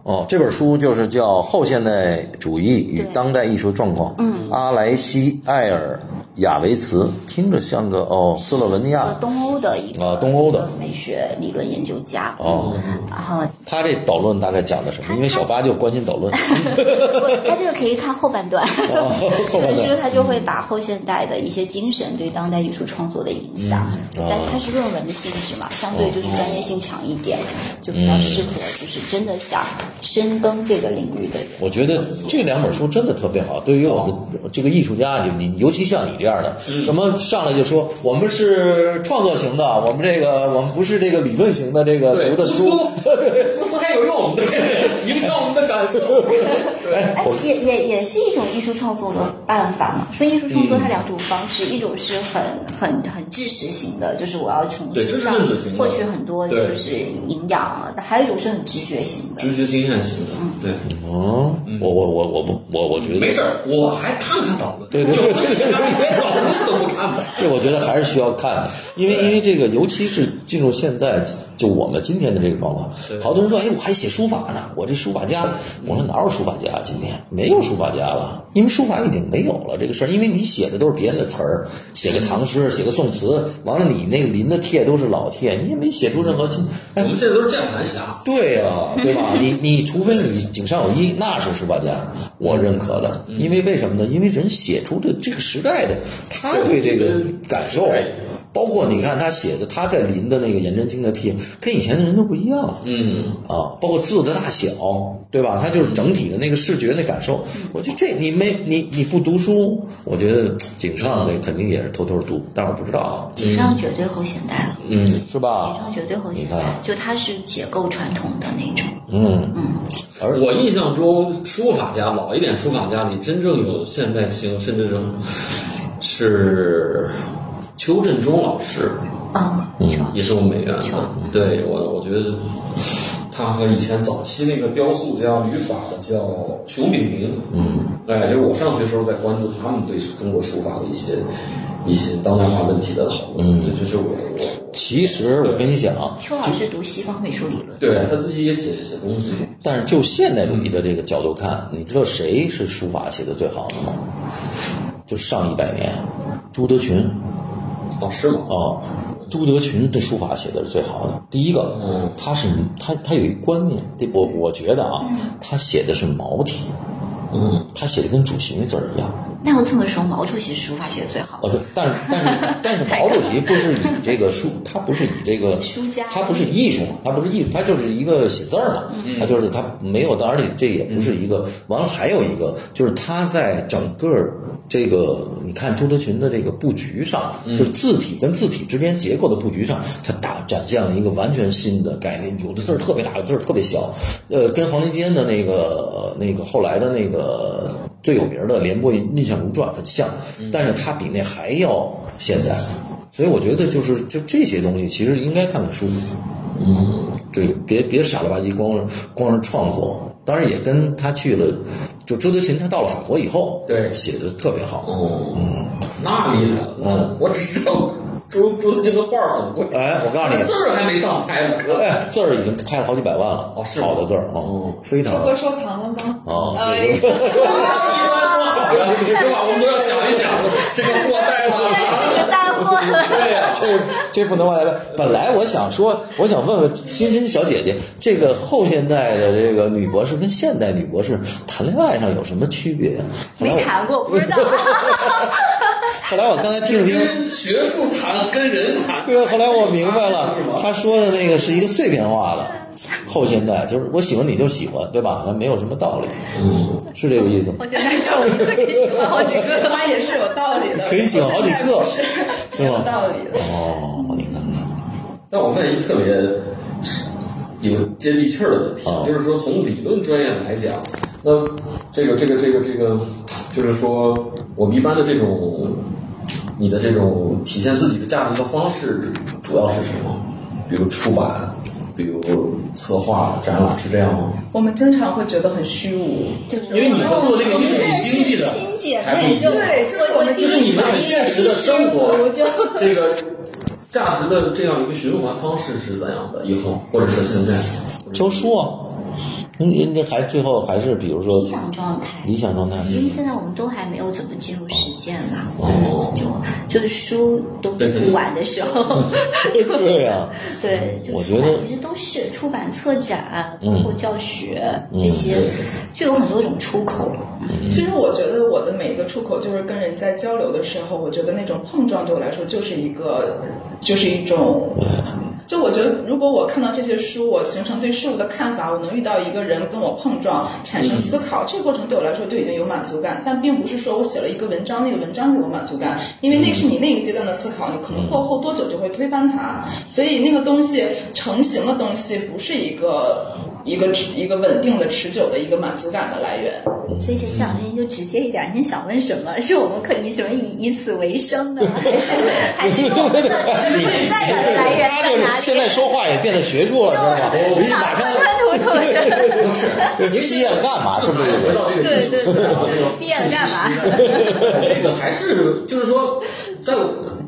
Speaker 3: 哦，这本书就是叫《后现代主义与
Speaker 4: 对
Speaker 3: 当代艺术状况》。嗯，阿莱西·艾尔雅维茨，听着像个哦，斯洛文尼
Speaker 4: 和
Speaker 3: 亚。
Speaker 4: 呃东欧的一个
Speaker 3: 啊东欧的
Speaker 4: 一个美学理论研究家。嗯
Speaker 3: 哦，
Speaker 4: 然后
Speaker 3: 他这导论大概讲的什么？因为小八就关心导论。
Speaker 4: 不 (laughs) 他这个可以看后半段，
Speaker 1: 哦
Speaker 3: (laughs) 后半段
Speaker 4: 这本书他就会把后现代的一些精神对当代艺术创作的影响，
Speaker 1: 嗯
Speaker 4: 但
Speaker 1: 哦
Speaker 4: 是它是论文的性质嘛，相对就是专业性强一点，就比较适合就是真的想深耕这个领域的人。
Speaker 3: 我觉得这两本书真的特别好，对于我们这个艺术家，就你尤其像你这样的，什么上来就说我们是创作型的，我们这个我们不是这个理论型的这个
Speaker 1: 对
Speaker 3: 读的
Speaker 1: 不
Speaker 3: 书。
Speaker 1: 不不太有用，对，影响我们的感受。对，
Speaker 4: 哎，也也也是一种艺术创作的办法嘛。说艺术创作，它两种方式，一种是很很很知识型的，就是我要从
Speaker 1: 对
Speaker 4: 书
Speaker 1: 知识
Speaker 4: 上
Speaker 1: 分子型的
Speaker 4: 获取很多
Speaker 1: 对
Speaker 4: 就是营养啊；但还有一种是很直觉型的，
Speaker 1: 直觉经验型的，对，
Speaker 3: 嗯哦，我我我我不我我觉得
Speaker 1: 嗯没事儿，我还看看导论。
Speaker 3: 对对
Speaker 1: 有
Speaker 3: 对
Speaker 1: 问题他连讨论都不看的。
Speaker 3: 这我觉得还是需要看，因为因为这个，尤其是进入现代，就我们今天的这个状况，好多人说，哎，我还写书法呢，我这书法家，我说哪有书法家啊？今天没有书法家了，因为书法已经没有了这个事儿，因为你写的都是别人的词儿，写个唐诗，写个宋词，完了你那个临的帖都是老帖，你也没写出任何新，哎
Speaker 1: 我，们现在都是键盘侠，
Speaker 3: 对啊，对吧？你你除非你井上有一，那是书法家，我认可的。因为为什么呢？因为人写出的这个时代的，他对这个感受
Speaker 1: 对，
Speaker 3: 包括你看他写的，他在临的那个颜真卿的帖，跟以前的人都不一样。
Speaker 1: 嗯，
Speaker 3: 啊，包括字的大小，对吧？它就是整体的那个视觉的感受。我觉得这你没你你不读书，我觉得井上这肯定也是偷偷读，但是我不知道啊，
Speaker 4: 井上绝对后现代了，
Speaker 3: 嗯，是
Speaker 4: 井
Speaker 3: 吧？
Speaker 4: 上绝对后现代
Speaker 3: 你看，
Speaker 4: 就它是解构传统的那种。
Speaker 3: 嗯，而
Speaker 1: 我印象中书法家老一点书法家里真正有现代性，甚至是是邱振中老师，
Speaker 4: 嗯，
Speaker 1: 也是我们美院的
Speaker 4: 是吧。
Speaker 1: 对我，我觉得他和以前早期那个雕塑家、旅法的叫熊秉明，嗯，哎，就是我上学时候在关注他们对中国书法的一些一些当代化问题的讨论。嗯，这是我我
Speaker 3: 其实我跟你讲，
Speaker 4: 邱老师读西方美术理论，
Speaker 1: 对他自己也写写东西，
Speaker 3: 但是就现代主义的这个角度看，你知道谁是书法写的最好的吗？就上一百年，朱德群
Speaker 1: 哦，是吗？
Speaker 3: 啊，朱德群的书法写的是最好的。第一个，他是他他有一观念，这我我觉得啊，他写的是毛体，
Speaker 1: 嗯，
Speaker 3: 他写的跟主席那字儿一样。
Speaker 4: 那要这么说，毛主席书法写的最好
Speaker 3: 哦，。对，但是但是但是毛主席不是以这个书，他不是以这个
Speaker 4: (laughs) 书家
Speaker 3: 他不是艺术嘛，他不是艺术，他就是一个写字儿嘛，他就是他没有的，而且这也不是一个。完了，还有一个就是他在整个这个你看朱德群的这个布局上，就是字体跟字体之间结构的布局上，他打展现了一个完全新的概念，有的字儿特别大，有的字儿特别小，呃，跟黄庭坚的那个那个后来的那个最有名的《廉颇蔺相如传》很像，但是它比那还要现代。所以我觉得就是就这些东西，其实应该看看书，嗯，对，别别傻了吧唧光是光是创作。当然也跟他去了，就周德勤他到了法国以后，
Speaker 1: 对
Speaker 3: 写的特别好。
Speaker 1: 哦，那厉害了，嗯，我只知道朱朱这个画儿很贵，
Speaker 3: 哎，我告诉
Speaker 1: 字
Speaker 3: 你，
Speaker 1: 儿还没上拍呢，哥。
Speaker 3: 哎，字儿已经开了好几百万了，
Speaker 1: 哦是吗嗯
Speaker 3: 好的字儿啊，非常
Speaker 2: 不会收藏了吗？
Speaker 3: 啊。
Speaker 2: 哎呀，
Speaker 1: 一般说好的，对吧？我们都要想一想，这个货带到哪
Speaker 4: 这
Speaker 1: 儿。
Speaker 4: 个大货，
Speaker 3: (laughs) 对呀、这这不能往下来。本来我想说，我想问问欣欣小姐姐，这个后现代的这个女博士跟现代女博士谈恋爱上有什么区别呀、后来
Speaker 4: (laughs) 没
Speaker 3: 我
Speaker 4: 谈过，不知道。
Speaker 3: 哦后来我刚才听了听，
Speaker 1: 跟学术谈，跟人谈。
Speaker 3: 对，后来我明白了，他说的那个是一个碎片化的后现代，就是我喜欢你就喜欢，对吧？那没有什么道理，嗯，是这个意思吗？
Speaker 4: (laughs) 我
Speaker 1: (laughs)
Speaker 4: 现在就一次可以喜欢好几个。
Speaker 2: 他也是有道理的，
Speaker 3: 可以写好几个
Speaker 2: 是
Speaker 3: 是
Speaker 2: 有
Speaker 3: 吗
Speaker 2: 道理的。
Speaker 3: 哦，你看看，
Speaker 1: 但我发现一特别有接地气儿的问题
Speaker 3: 啊，
Speaker 1: 就是说从理论专业来讲，那这个这个这个这个，就是说我们一般的这种你的这种体现自己的价值的方式，主要是什么？比如出版，比如策划、展览，是这样吗？
Speaker 2: 我们经常会觉得很虚无，就是
Speaker 1: 因为你和做那个艺术
Speaker 4: 这
Speaker 1: 经济
Speaker 4: 是
Speaker 1: 的
Speaker 4: 亲姐
Speaker 1: 还不
Speaker 4: 妹，
Speaker 1: 一样
Speaker 4: 就
Speaker 2: 对这是我们
Speaker 1: 就是你们很现实的生活
Speaker 4: 我就
Speaker 1: 这个价值的这样一个循环方式是怎样的？以后或者是现在，
Speaker 3: 教书啊，你你还最后还是比如说
Speaker 4: 理想状态。
Speaker 3: 理想状态，
Speaker 4: 因为现在我们都还没有怎么进入实践嘛，
Speaker 1: 哦
Speaker 4: 就就是书都读不完的时
Speaker 3: (laughs)
Speaker 4: 候， (laughs)
Speaker 3: 对呀、
Speaker 4: 对，就
Speaker 3: 我
Speaker 4: 出
Speaker 3: 觉
Speaker 4: 版
Speaker 3: 得嗯
Speaker 4: 其实都是出版、策展，包括教学这些，就有很多种出口。
Speaker 2: 其实我觉得我的每一个出口就是跟人在交流的时候，我觉得那种碰撞对我来说就是一个，就是一种。就我觉得，如果我看到这些书，我形成对事物的看法，我能遇到一个人跟我碰撞，产生思考，这个过程对我来说就已经有满足感。但并不是说我写了一个文章，那个文章给我满足感，因为那是你那个阶段的思考，你可能过后多久就会推翻它。所以那个东西成型的东西，不是一个一个一个稳定的、持久的一个满足感的来源。
Speaker 4: 所以，谢老师您就直接一点，您想问什么？是我们可以什么以以此为生呢？还是还是说我们的存在感的来源在哪里？
Speaker 3: 现在说话也变得学术了，知道吧？
Speaker 4: 我
Speaker 3: 我一马上
Speaker 4: 吞吐吐的。
Speaker 1: 不是，
Speaker 3: 就是毕业了干嘛？是不是？
Speaker 1: 回到这个基础知识啊，这个
Speaker 4: 毕业了干嘛
Speaker 1: 嘛？这个还是就是说，在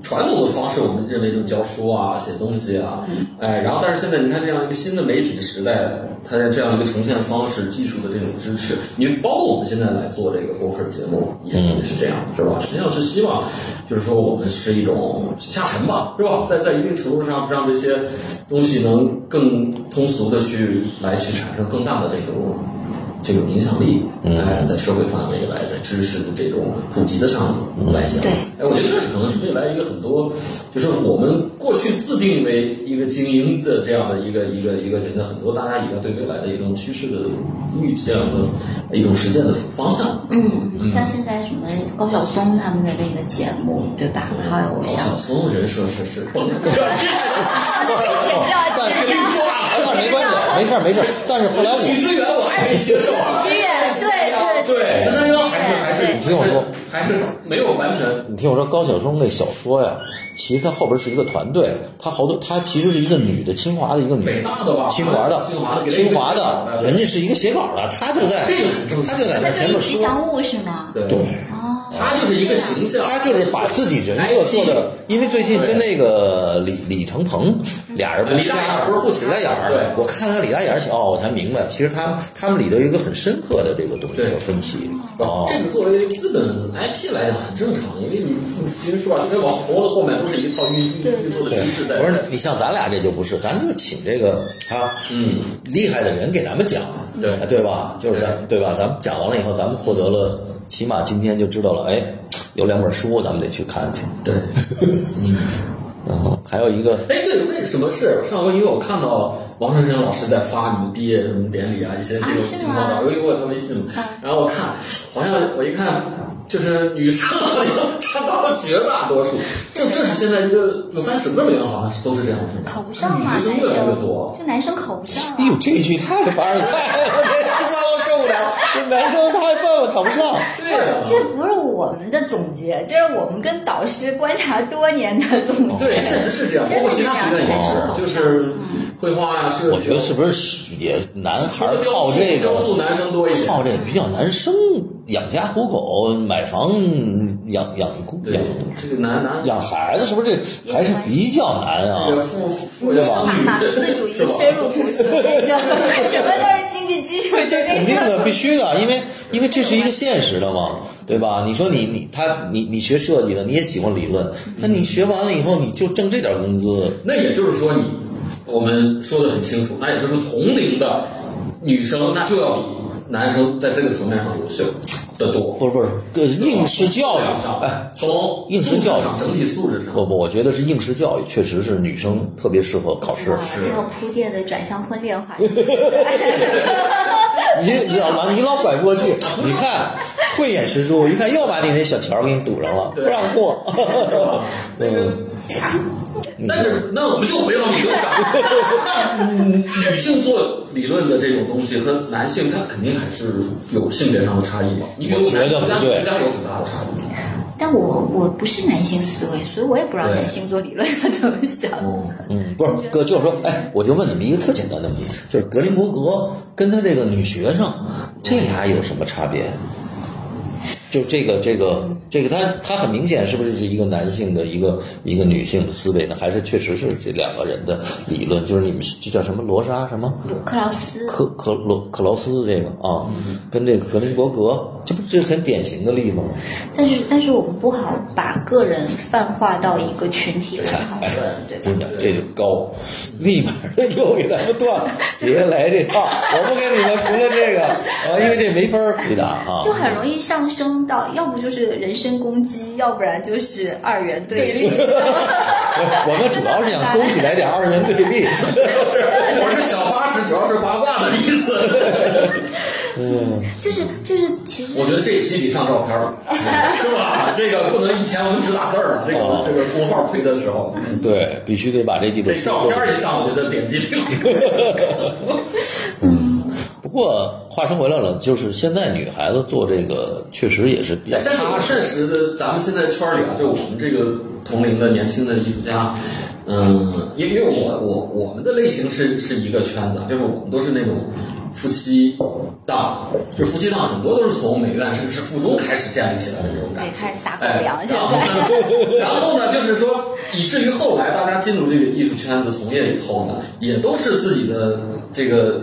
Speaker 1: 传统的方式，我们认为就是教书啊、写东西啊，
Speaker 4: 嗯
Speaker 1: 哎，然后但是现在你看这样一个新的媒体时代，它的这样一个呈现方式、技术的这种支持，你包括我们现在来做这个播客节目也
Speaker 3: 嗯
Speaker 1: 也是这样，是吧？实际上是希望，就是说我们是一种下沉吧，是吧？在在一定程度上让这些东西能更通俗的去来去产生更大的这种这种影响力，
Speaker 3: 嗯
Speaker 1: 哎，在社会范围来，在知识的这种普及的上
Speaker 3: 嗯
Speaker 1: 来讲，
Speaker 4: 对
Speaker 1: 哎，我觉得这是可能是未来一个很多，就是我们过去自定义为一个精英的这样的一个一个一个人的很多大家以外对未来的一种趋势的预见和一种实践的方向，
Speaker 4: 嗯，像现在什么高晓松他们的那个节目，对吧？还有
Speaker 1: 高
Speaker 4: 像
Speaker 1: 晓松人设是是崩
Speaker 4: 啊
Speaker 3: (laughs)
Speaker 4: 剪掉，剪掉。
Speaker 3: 但是没关系，没事儿没事儿。但是后来我
Speaker 1: 许知远我还可以接受啊。
Speaker 4: 志远， (laughs) 对对
Speaker 1: (laughs) 对，十三幺还是还是
Speaker 4: 对
Speaker 1: 你
Speaker 3: 听我说，
Speaker 1: 还是没有完全
Speaker 3: 你听我说，高晓松那小说呀，其实他后边是一个团队，他好多，他其实是一个女的，清华的一个女
Speaker 1: 北大的吧
Speaker 3: 清华的，
Speaker 1: 清华的给他一个
Speaker 3: 清华
Speaker 1: 写稿
Speaker 3: 的，
Speaker 1: 的
Speaker 3: 人家是一个写稿的，他就在，
Speaker 1: 这个很正常
Speaker 3: 他就在那
Speaker 4: 那
Speaker 3: 前
Speaker 4: 就
Speaker 3: 面
Speaker 4: 一吉
Speaker 3: 说，
Speaker 4: 祥物是吗？
Speaker 1: 对
Speaker 3: 对，
Speaker 4: 哦，
Speaker 1: 他就是一个形象，
Speaker 3: 他就是把自己人设做的，
Speaker 1: 哎
Speaker 3: 因为最近跟那个李李承鹏俩人不是
Speaker 1: 李大眼儿不是互掐
Speaker 3: 李大眼儿，
Speaker 1: 对
Speaker 3: 我看了李大眼儿，哦，我才明白，其实他们他们里头有一个很深刻的这个东西
Speaker 1: 对
Speaker 3: 的分歧，哦，
Speaker 1: 这个作为资本 IP 来讲很正常，因为你其实说吧，就跟网红的后面都是一套运运运作的机制在。
Speaker 3: 不是，你像咱俩这就不是，咱就请这个啊，
Speaker 1: 嗯，
Speaker 3: 厉害的人给咱们讲，
Speaker 1: 对
Speaker 3: 啊对吧？就是咱对吧？咱们讲完了以后，咱们获得了，起码今天就知道了，哎，有两本书咱们得去看去，
Speaker 1: 对。
Speaker 3: 然后还有一个
Speaker 1: 哎，对，为什么是上回因为我看到王传生老师在发你们毕业什么典礼啊一些这种情况
Speaker 4: 啊是吗
Speaker 1: 的，我有我有他微信嘛，然后我看好像我一看。就是女生 (laughs) 好像占到了绝大多数，这这是现在一个，我发现整个美国好像是都是这样，是吧？
Speaker 4: 考不上
Speaker 1: 女
Speaker 4: 嘛，
Speaker 1: 学
Speaker 4: 男
Speaker 1: 生嗯
Speaker 4: 生
Speaker 1: 越来越多，
Speaker 4: 就男生考不上
Speaker 3: 哎
Speaker 4: 啊。
Speaker 3: 呦，这一句太凡尔赛了， (laughs) 这他妈我受不了，这男生太笨了，考不上。
Speaker 1: 对啊，
Speaker 4: 这不是我们的总结，这是我们跟导师观察多年的
Speaker 3: 哦
Speaker 4: 总结。
Speaker 1: 对，哎确实哦是这样，包括其他学院也是，就是绘画啊呀、设计，
Speaker 3: 我觉得是不是也男孩儿靠这
Speaker 1: 雕塑
Speaker 3: 个，
Speaker 1: 男生多一点，
Speaker 3: 靠这个比较男生养家糊口、买房、养养姑
Speaker 1: 对
Speaker 3: 养，
Speaker 1: 这个男男
Speaker 3: 养孩子，是不是这还是比较难
Speaker 1: 这个
Speaker 3: 啊？
Speaker 1: 父父
Speaker 4: 你
Speaker 1: 要
Speaker 4: 要把马克思主义深入骨髓，那个什么都是经济基础决
Speaker 3: 肯定
Speaker 4: 定
Speaker 3: 的，
Speaker 4: 的。
Speaker 3: 必须的，因为因为这是一个现实的嘛，对吧？你说你你他你你学设计的，你也喜欢理论，那你学完了以后，你就挣这点工资，
Speaker 1: 那也就是说你，我们说的很清楚，那也就是同龄的女生，那就要比男生在这个层面上优秀的多。
Speaker 3: 不是不是，呃应试教育
Speaker 1: 上，
Speaker 3: 哎，
Speaker 1: 从
Speaker 3: 应试
Speaker 1: 素质
Speaker 3: 教育
Speaker 1: 上整体素质上，
Speaker 3: 不不，我觉得是应试教育，确实是女生特别适合考试。
Speaker 4: 这个啊铺垫的转向婚恋话题，
Speaker 3: 你你知道吗？你老拐不过去，你看慧眼识珠，一看又把你那小条给你堵上了，不让过。嗯，
Speaker 1: 但是，那我们就回到
Speaker 3: (laughs)
Speaker 1: 理论上，那女性做理论的这种东西和男性，他肯定还是有性别上的差异嘛。你比如
Speaker 3: 我觉得
Speaker 1: 男
Speaker 3: 不对
Speaker 1: 男家有很大的差异。
Speaker 4: 但我我不是男性思维，所以我也不知道
Speaker 1: 对
Speaker 4: 男性做理论他怎么想。
Speaker 1: 哦，
Speaker 3: 嗯，不是哥，就是说，哎，我就问你们一个特简单的问题，就是格林伯格跟他这个女学生，这俩有什么差别？就这个这个这个，他他很明显是不是是一个男性的一个一个女性的思维呢？还是确实是这两个人的理论？就是你们这叫什么罗莎什么？
Speaker 4: 克劳斯，
Speaker 3: 克克罗克劳斯这个啊，跟这个格林伯格，这不是很典型的例子吗？
Speaker 4: 但是但是我们不好把个人泛化到一个群体来讨论，对吧？
Speaker 3: 姑娘，这就高，立马又给咱们断
Speaker 4: (laughs)
Speaker 3: 了，别来这套，我不跟你们除了这个啊，因为这没法儿回答
Speaker 1: 哦
Speaker 3: 啊
Speaker 4: 就。很容易上升到，要不就是人身攻击，要不然就是二元对立。
Speaker 3: 我们主要是想勾起来点二元对
Speaker 4: (laughs)
Speaker 3: 立，
Speaker 1: 我是 (laughs) 小八十，主要是八卦的意思。(laughs)
Speaker 4: (laughs) 就是就是，其实
Speaker 1: 我觉得这期得上照片
Speaker 3: (laughs)
Speaker 1: 了，是吧？这个不能以前我们只打字儿啊了，这个、
Speaker 3: 哦
Speaker 1: 这个公号推的时候，嗯
Speaker 3: 对，必须得把这几本
Speaker 1: 这
Speaker 3: 书
Speaker 1: 照
Speaker 3: 都
Speaker 1: 片一上，我觉得点击率。
Speaker 3: 不过话说回来了，就是现在女孩子做这个确实也是比较
Speaker 1: 哎但是
Speaker 3: 踏
Speaker 1: 我
Speaker 3: 实。
Speaker 1: 暂时的，咱们现在圈儿里啊，就我们这个同龄的年轻的艺术家，嗯，因为我我我们的类型是是一个圈子啊，就是我们都是那种夫妻档，就夫妻档很多都是从美院甚至是附中开始建立起来的这种感
Speaker 4: 对，
Speaker 1: 觉。
Speaker 4: 开始撒狗
Speaker 1: 哎，
Speaker 4: 粮，现
Speaker 1: 然后
Speaker 4: 在。
Speaker 1: 呢， (laughs) 然后呢，就是说，以至于后来大家进入这个艺术圈子从业以后呢，也都是自己的这个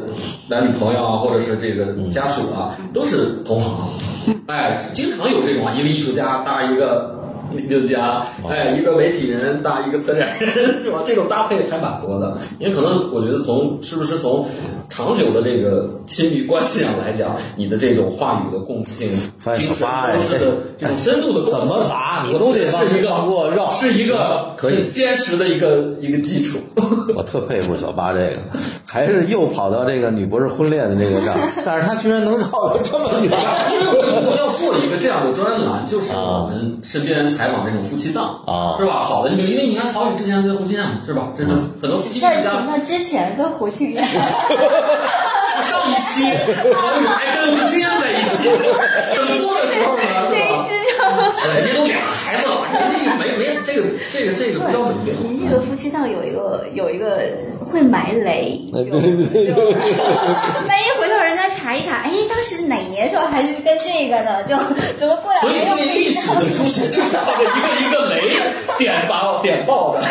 Speaker 1: 男女朋友啊，或者是这个家属啊，都是同行。哎，经常有这种啊，一个艺术家搭一个理论家，哎，一个媒体人搭一个策展人，是吧？这种搭配还蛮多的，因为可能我觉得从是不是从长久的这个亲密关系上来讲，你的这种话语的共性、
Speaker 3: 翻
Speaker 1: 精
Speaker 3: 手
Speaker 1: 神
Speaker 3: 吧
Speaker 1: 方式的这种深度的共
Speaker 3: 怎么砸你都得往
Speaker 1: 是一
Speaker 3: 给
Speaker 1: 个
Speaker 3: 我绕
Speaker 1: 是一个
Speaker 3: 可以
Speaker 1: 很坚实的一个一个基础。
Speaker 3: 我特佩服小八这个，还是又跑到这个女博士婚恋的这个上，但是他居然能绕到这么
Speaker 4: (laughs)
Speaker 3: 远。
Speaker 1: 因为我以后要做一个这样的专栏，就是我们身边采访这种夫妻档
Speaker 3: 啊
Speaker 1: 是吧？好的，你就因哎为你看曹禺之前跟胡金燕是吧？这这很多夫妻艺术
Speaker 4: 那
Speaker 1: 家
Speaker 4: 什么之前跟胡
Speaker 1: (laughs)
Speaker 4: 庆元，
Speaker 1: 上一期曹禺还跟吴清燕在一 (laughs) 起，等做的时候呢，
Speaker 4: 这
Speaker 1: 是
Speaker 4: 一
Speaker 1: 吧？呃
Speaker 4: 期就
Speaker 1: 人家都俩孩子了，人家没没这个这个这个不要稳定。
Speaker 4: 您这个夫妻档有一个有一个会埋雷，就
Speaker 1: 哎
Speaker 4: 就万一回头人家查一查，哎，当时哪年时候还是跟这个呢？就怎么过哎两
Speaker 1: 所以
Speaker 4: 年
Speaker 1: 这个历
Speaker 4: 又不一样
Speaker 1: 史的书写就是靠着一个一个雷点把点爆的。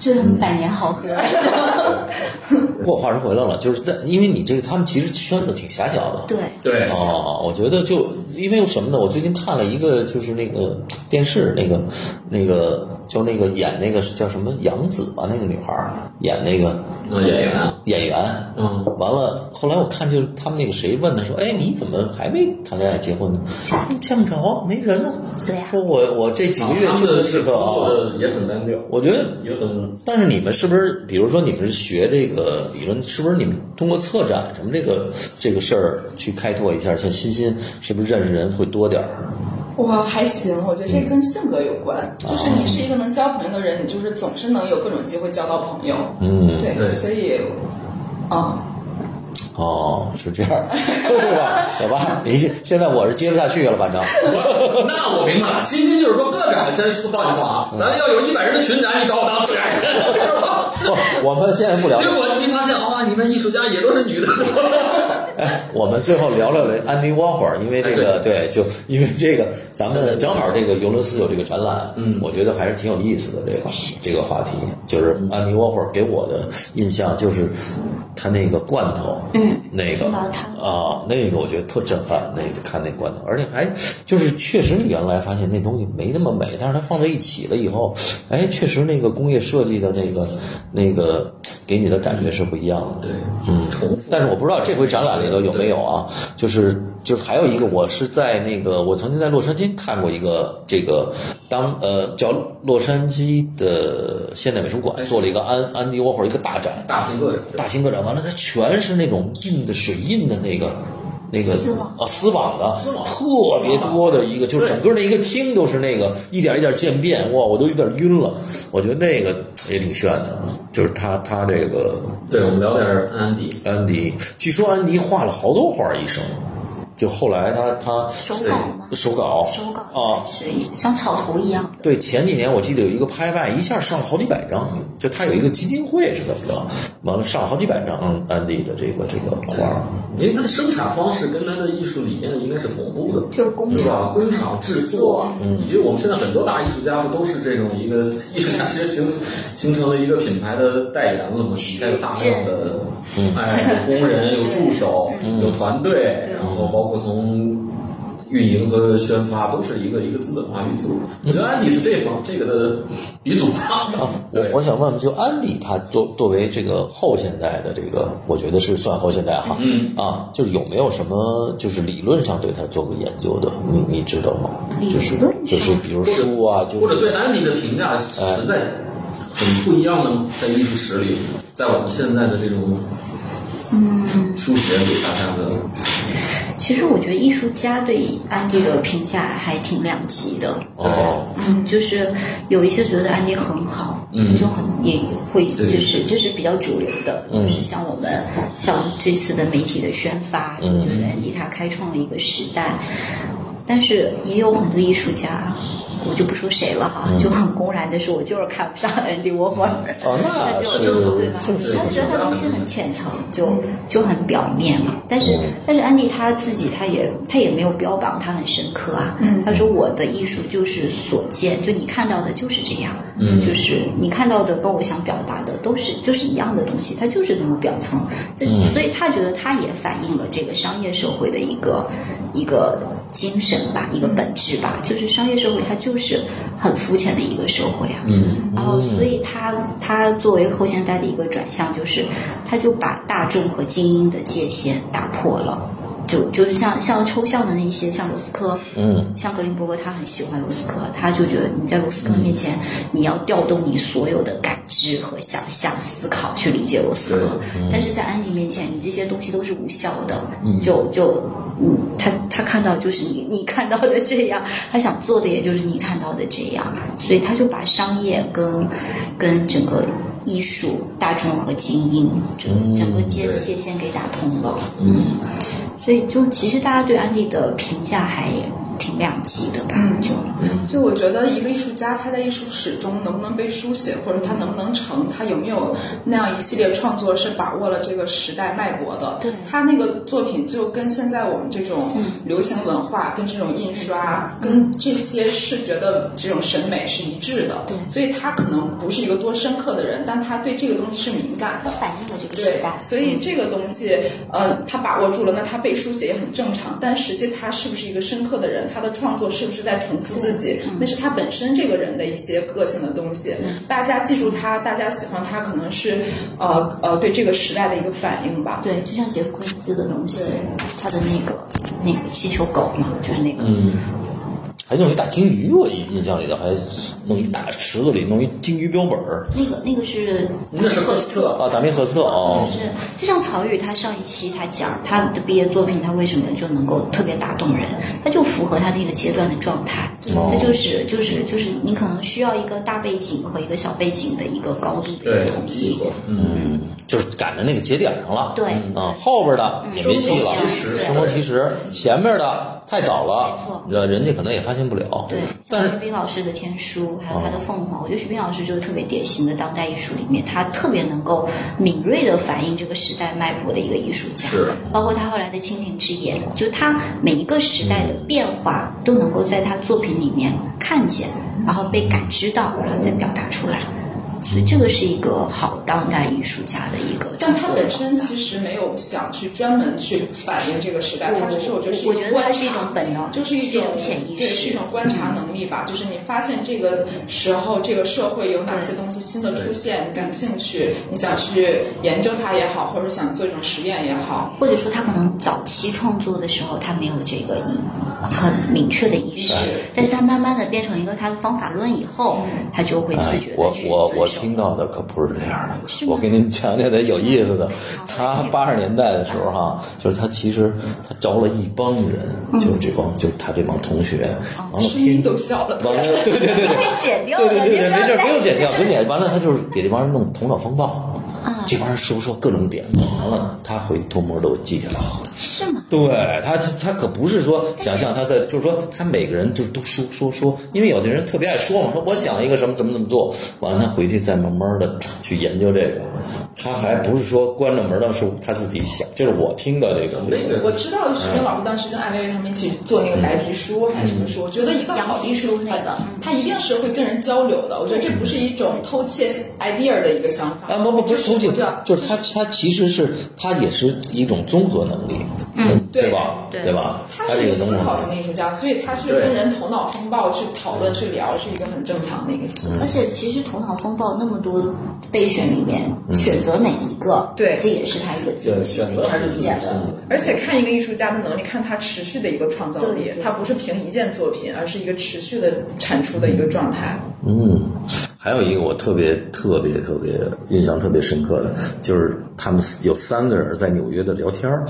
Speaker 4: 祝他们百年好合。 (laughs)
Speaker 3: 不过话说回来了，就是在因为你这个，他们其实圈子挺狭小的。
Speaker 4: 对，
Speaker 1: 对
Speaker 3: 哦，我觉得就因为什么呢？我最近看了一个，就是那个电视那个那个，就那个演那个是叫什么杨紫吧，那个女孩儿演那个
Speaker 1: 做演员啊，
Speaker 3: 演员。
Speaker 1: 嗯，
Speaker 3: 完了，后来我看就是他们那个谁问他说：“哎，你怎么还没谈恋爱结婚呢？”哎见不着，没人呢。
Speaker 4: 对呀
Speaker 3: 说我我这几个月
Speaker 1: 哦他们
Speaker 3: 就
Speaker 1: 的
Speaker 3: 的
Speaker 1: 是
Speaker 3: 是
Speaker 1: 工
Speaker 3: 个
Speaker 1: 作
Speaker 3: 啊，
Speaker 1: 的也很单调，
Speaker 3: 我觉得
Speaker 1: 也很
Speaker 3: 但是你们是不是，比如说你们是学这个理论，是不是你们通过策展什么这个这个事儿去开拓一下？像欣欣是不是认识人会多点儿？
Speaker 2: 我还行，我觉得这跟性格有关，就是你是一个能交朋友的人，你就是总是能有各种机会交到朋友。
Speaker 3: 嗯，
Speaker 2: 对，
Speaker 1: 对
Speaker 2: 所以，啊、
Speaker 3: 哦，是这样， (laughs) 对吧？小八，你现在我是接不下去了，反正 (laughs)
Speaker 1: 我 (laughs) 那我明白了，欣欣就是说个展先说放一放啊，咱要有一百人的群展，你找我当自然人，是吧？ (laughs)
Speaker 3: 不，我们现在不聊
Speaker 1: 结。果一发现啊，你们艺术家也都是女的， (laughs)
Speaker 3: 哎，我们最后聊聊了安迪沃霍尔，因为这个哎对，就因为这个，咱们正好这个尤伦斯有这个展览，嗯，我觉得还是挺有意思的这个这个话题，就是安迪沃霍尔给我的印象就是他那个罐头，嗯，那个
Speaker 4: 杏鲍汤
Speaker 3: 啊，那个我觉得特震撼，那个看那罐头，而且还就是确实你原来发现那东西没那么美，但是它放在一起了以后，哎，确实那个工业设计的那个那个给你的感觉是不一样的，
Speaker 1: 对，嗯，重复。
Speaker 3: 但是我不知道这回展览里头有没有啊，就是就是还有一个，我是在那个我曾经在洛杉矶看过一个这个当呃叫洛杉矶的现代美术
Speaker 1: 哎
Speaker 3: 馆做了一个安安迪沃霍尔一个大展，
Speaker 1: 大型个人，
Speaker 3: 大型个展，完了它全是那种印的水印的那个。那个
Speaker 4: 丝网
Speaker 3: 啊，丝网的
Speaker 1: 丝网
Speaker 3: 特别多的一个，就是整个那一个厅都是那个一点一点渐变，哇，我都有点晕了。我觉得那个也挺炫的，就是他他这个
Speaker 1: 对我们聊点儿安迪，
Speaker 3: 安迪，据说安迪画了好多画儿一生，就后来他他
Speaker 4: 手稿吗？
Speaker 3: 手稿
Speaker 4: 手稿
Speaker 1: 哦
Speaker 3: 啊，
Speaker 4: 是像草图一样。
Speaker 3: 对，前几年我记得有一个拍卖，一下上了好几百张，就他有一个基金会是怎么着，完了上了好几百张嗯安安迪的这个这个画儿，
Speaker 1: 因为它的生产方式跟它的艺术理念应该是同步的，
Speaker 4: 就是工厂嗯
Speaker 1: 是吧？工厂制作，以及我们现在很多大艺术家不都是这种一个艺术家其实形形成了一个品牌的代言了嘛？底下有大量的，哎，有工人，有助手，有团队，然后包括从。运营和宣发都是一个一个资本化运作，我觉得安迪是这方这个的鼻祖吧。
Speaker 3: 我
Speaker 1: 对，
Speaker 3: 我想问问，就安迪他作作为这个后现代的这个，我觉得是算后现代哈，
Speaker 1: 嗯
Speaker 3: 啊，就是有没有什么就是理论上对他做过研究的，你你知道吗？
Speaker 4: 理
Speaker 3: 就是
Speaker 4: 论上
Speaker 3: 就是比如书啊，就
Speaker 1: 或者
Speaker 3: 是
Speaker 1: 对安迪的评价
Speaker 3: 哎
Speaker 1: 存在很不一样的，在艺术史里，在我们现在的这种嗯书写给大家的，
Speaker 4: 其实我觉得艺术家对安迪的评价还挺两极的。
Speaker 3: 哦。
Speaker 4: 嗯，就是有一些觉得安迪很好，
Speaker 1: 嗯
Speaker 4: 就很也会
Speaker 1: 对嗯
Speaker 4: 就是就是比较主流的，就是像我们像这次的媒体的宣发，就
Speaker 1: 嗯
Speaker 4: 觉得安迪他开创了一个时代，但是也有很多艺术家。我就不说谁了哈，
Speaker 1: 嗯
Speaker 4: 就很公然的说，我就是看不上 Andy Warhol，
Speaker 3: 哦，那
Speaker 4: 就是就
Speaker 3: 这是
Speaker 4: 他觉得他东西很浅层，就就很表面嘛。但是但是安迪他自己他也他也没有标榜他很深刻啊，他说我的艺术就是所见，就你看到的就是这样，
Speaker 1: 嗯
Speaker 4: 就是你看到的跟我想表达的都是就是一样的东西，它就是这么表层，就是、所以他觉得他也反映了这个商业社会的一个一个精神吧，一个本质吧，就是商业社会它就是很肤浅的一个社会啊，
Speaker 1: 嗯，
Speaker 4: 然后，所以他他作为后现代的一个转向，就是他就把大众和精英的界限打破了，就就是像像抽象的那些，像罗斯科，
Speaker 3: 嗯，
Speaker 4: 像格林伯格，他很喜欢罗斯科，他就觉得你在罗斯科面前，你要调动你所有的感知和想象、思考去理解罗斯科，但是在安迪面前，你这些东西都是无效的，就就嗯，他他看到就是你你看到的这样，他想做的也就是你看到的这样，所以他就把商业跟跟整个艺术、大众和精英这个整个界界限给打通了，嗯，所以就其实大家对安迪的评价还挺两极的吧，
Speaker 1: 嗯
Speaker 4: 就
Speaker 2: 就我觉得一个艺术家他在艺术史中能不能被书写，或者他能不能成，他有没有那样一系列创作是把握了这个时代脉搏的。
Speaker 4: 对嗯
Speaker 2: 他那个作品就跟现在我们这种流行文化、跟这种印刷、跟这些视觉的这种审美是一致的。
Speaker 4: 对
Speaker 2: 所以他可能不是一个多深刻的人，但他对这个东西是敏感的。
Speaker 4: 反映了这个时
Speaker 2: 对
Speaker 4: 代，，嗯
Speaker 2: 所以这个东西，呃，他把握住了，那他被书写也很正常。但实际他是不是一个深刻的人，他的创作是不是在重复自己，
Speaker 4: 嗯
Speaker 2: 那是他本身这个人的一些个性的东西。大家记住他，大家喜欢他，可能是呃呃对这个时代的一个反应吧。
Speaker 4: 对，就像杰夫·昆斯的东西
Speaker 2: 对，
Speaker 4: 他的那个那个气球狗嘛，就是那个，
Speaker 3: 还弄一大金鱼，我印象里头还弄一大池子里弄一金鱼标本儿
Speaker 4: 那个那个是
Speaker 1: 那是赫斯特，
Speaker 3: 啊，达明赫斯特哦
Speaker 4: 就，是就像曹禺，他上一期他讲他的毕业作品，他为什么就能够特别打动人，他就符合他那个阶段的状态，
Speaker 3: 哦
Speaker 4: 他就是就是就是你可能需要一个大背景和一个小背景的一个高度的一
Speaker 1: 对
Speaker 4: 个，统
Speaker 1: 记
Speaker 4: 一，
Speaker 1: 过，嗯，
Speaker 3: 就是赶在那个节点上了，
Speaker 4: 对
Speaker 3: 啊，后边的也没戏了
Speaker 4: 嗯生活其实，
Speaker 3: 生活其实前面的太早
Speaker 4: 没
Speaker 3: 了
Speaker 4: 错，
Speaker 3: 呃，人家可能也发现不了，
Speaker 4: 对，
Speaker 3: 但
Speaker 4: 像
Speaker 3: 是
Speaker 4: 徐冰老师的《天书》，还有他的《凤凰》，我觉得徐冰老师就是特别典型的当代艺术里面，他特别能够敏锐地反映这个时代脉搏的一个艺术家。
Speaker 1: 是
Speaker 4: 包括他后来的《蜻蜓之夜》，就他每一个时代的变化都能够在他作品里面看见，然后被感知到，然后再表达出来。所以这个是一个好当代艺术家的一个
Speaker 2: 但
Speaker 4: 创
Speaker 2: 他
Speaker 4: 作的
Speaker 2: 本
Speaker 4: 方
Speaker 2: 身
Speaker 4: 法。
Speaker 2: 其实没有想去专门去反映这个时代，他只是我觉得是
Speaker 4: 我
Speaker 2: 一
Speaker 4: 觉
Speaker 2: 个
Speaker 4: 得它
Speaker 2: 观
Speaker 4: 是一
Speaker 2: 察
Speaker 4: 种本能，
Speaker 2: 就是一
Speaker 4: 是一
Speaker 2: 种
Speaker 4: 种潜意
Speaker 2: 对，是
Speaker 4: 识
Speaker 2: 一。种观察能力吧。就是你发现这个时候这个社会有哪些东西新的出现，你感兴趣，你想去研究它也好，或者想做一种实验也好。
Speaker 4: 或者说他可能早期创作的时候，他没有这个意很明确的意识
Speaker 3: 哎
Speaker 2: 是，
Speaker 4: 但是他慢慢的变成一个他的方法论以后，他就会自觉
Speaker 3: 嗯哎
Speaker 4: 的
Speaker 3: 我
Speaker 4: 去
Speaker 3: 我我
Speaker 4: 遵守
Speaker 3: 听到的可不是这样的，
Speaker 4: 吗
Speaker 3: 我给你们讲讲点有意思的。他
Speaker 4: 好
Speaker 3: 八十年代的时候哈、就是他其实他招了一帮人，
Speaker 4: 嗯
Speaker 3: 就是这帮就是他这帮同学，
Speaker 4: 哦
Speaker 3: 完了
Speaker 2: 声音
Speaker 3: 天
Speaker 2: 都笑了，
Speaker 3: 完了对对对对
Speaker 4: 你可以剪掉
Speaker 3: 对
Speaker 4: 的，
Speaker 3: 对对对，
Speaker 4: 你
Speaker 3: 没
Speaker 4: 不
Speaker 3: 事
Speaker 4: 要
Speaker 3: 儿，不用
Speaker 4: 再
Speaker 3: 剪掉，不用剪。完了，他就是给这帮人弄头脑风暴，
Speaker 4: 啊
Speaker 3: 这帮人说说各种点子，完了他回去偷摸都记下来了。
Speaker 4: 是吗？
Speaker 3: 对他，他可不是说想象他的，就是说他每个人就是都说说说，因为有的人特别爱说嘛，说我想一个什么怎么怎么做，完了他回去再慢慢的去研究这个，他还不是说关着门的是他自己想，这是我听的这个
Speaker 1: 那个
Speaker 2: 我知道徐冰老师当时跟艾薇薇他们一起做那个白皮书还是什么书，我觉得一个好的艺术
Speaker 4: 那个
Speaker 2: 家，他一定是会跟人交流的。我觉得这不是一种偷窃 idea 的一个想法
Speaker 3: 啊，不不不是偷窃
Speaker 2: 我知道，
Speaker 3: 就是他他其实是他也是一种综合能力，嗯，对吧？
Speaker 4: 对
Speaker 3: 对吧？
Speaker 2: 他
Speaker 3: 这
Speaker 2: 是一
Speaker 3: 个
Speaker 2: 个
Speaker 3: 综
Speaker 2: 思
Speaker 3: 合
Speaker 2: 考
Speaker 3: 能力
Speaker 2: 型的艺术家，所以他去
Speaker 1: 对
Speaker 2: 跟人头脑风暴去讨
Speaker 3: 嗯
Speaker 2: 论、去聊，是一个很正常的一个事情。
Speaker 4: 而且其实头脑风暴那么多备选里面，
Speaker 3: 嗯
Speaker 4: 选择哪一个，
Speaker 2: 对
Speaker 4: 这也是他一个自主
Speaker 1: 对，
Speaker 4: 性
Speaker 1: 选
Speaker 4: 的
Speaker 1: 择还是
Speaker 4: 体
Speaker 1: 自己
Speaker 4: 现
Speaker 1: 心
Speaker 4: 了。
Speaker 1: 里
Speaker 2: 而且看一个艺术家的能力，看他持续的一个创造力
Speaker 4: 对，对
Speaker 2: 他不是凭一件作品，而是一个持续的产出的一个状态。
Speaker 3: 嗯，还有一个我特别特别特别印象特别深刻的，就是他们有三个人在纽约的聊天儿，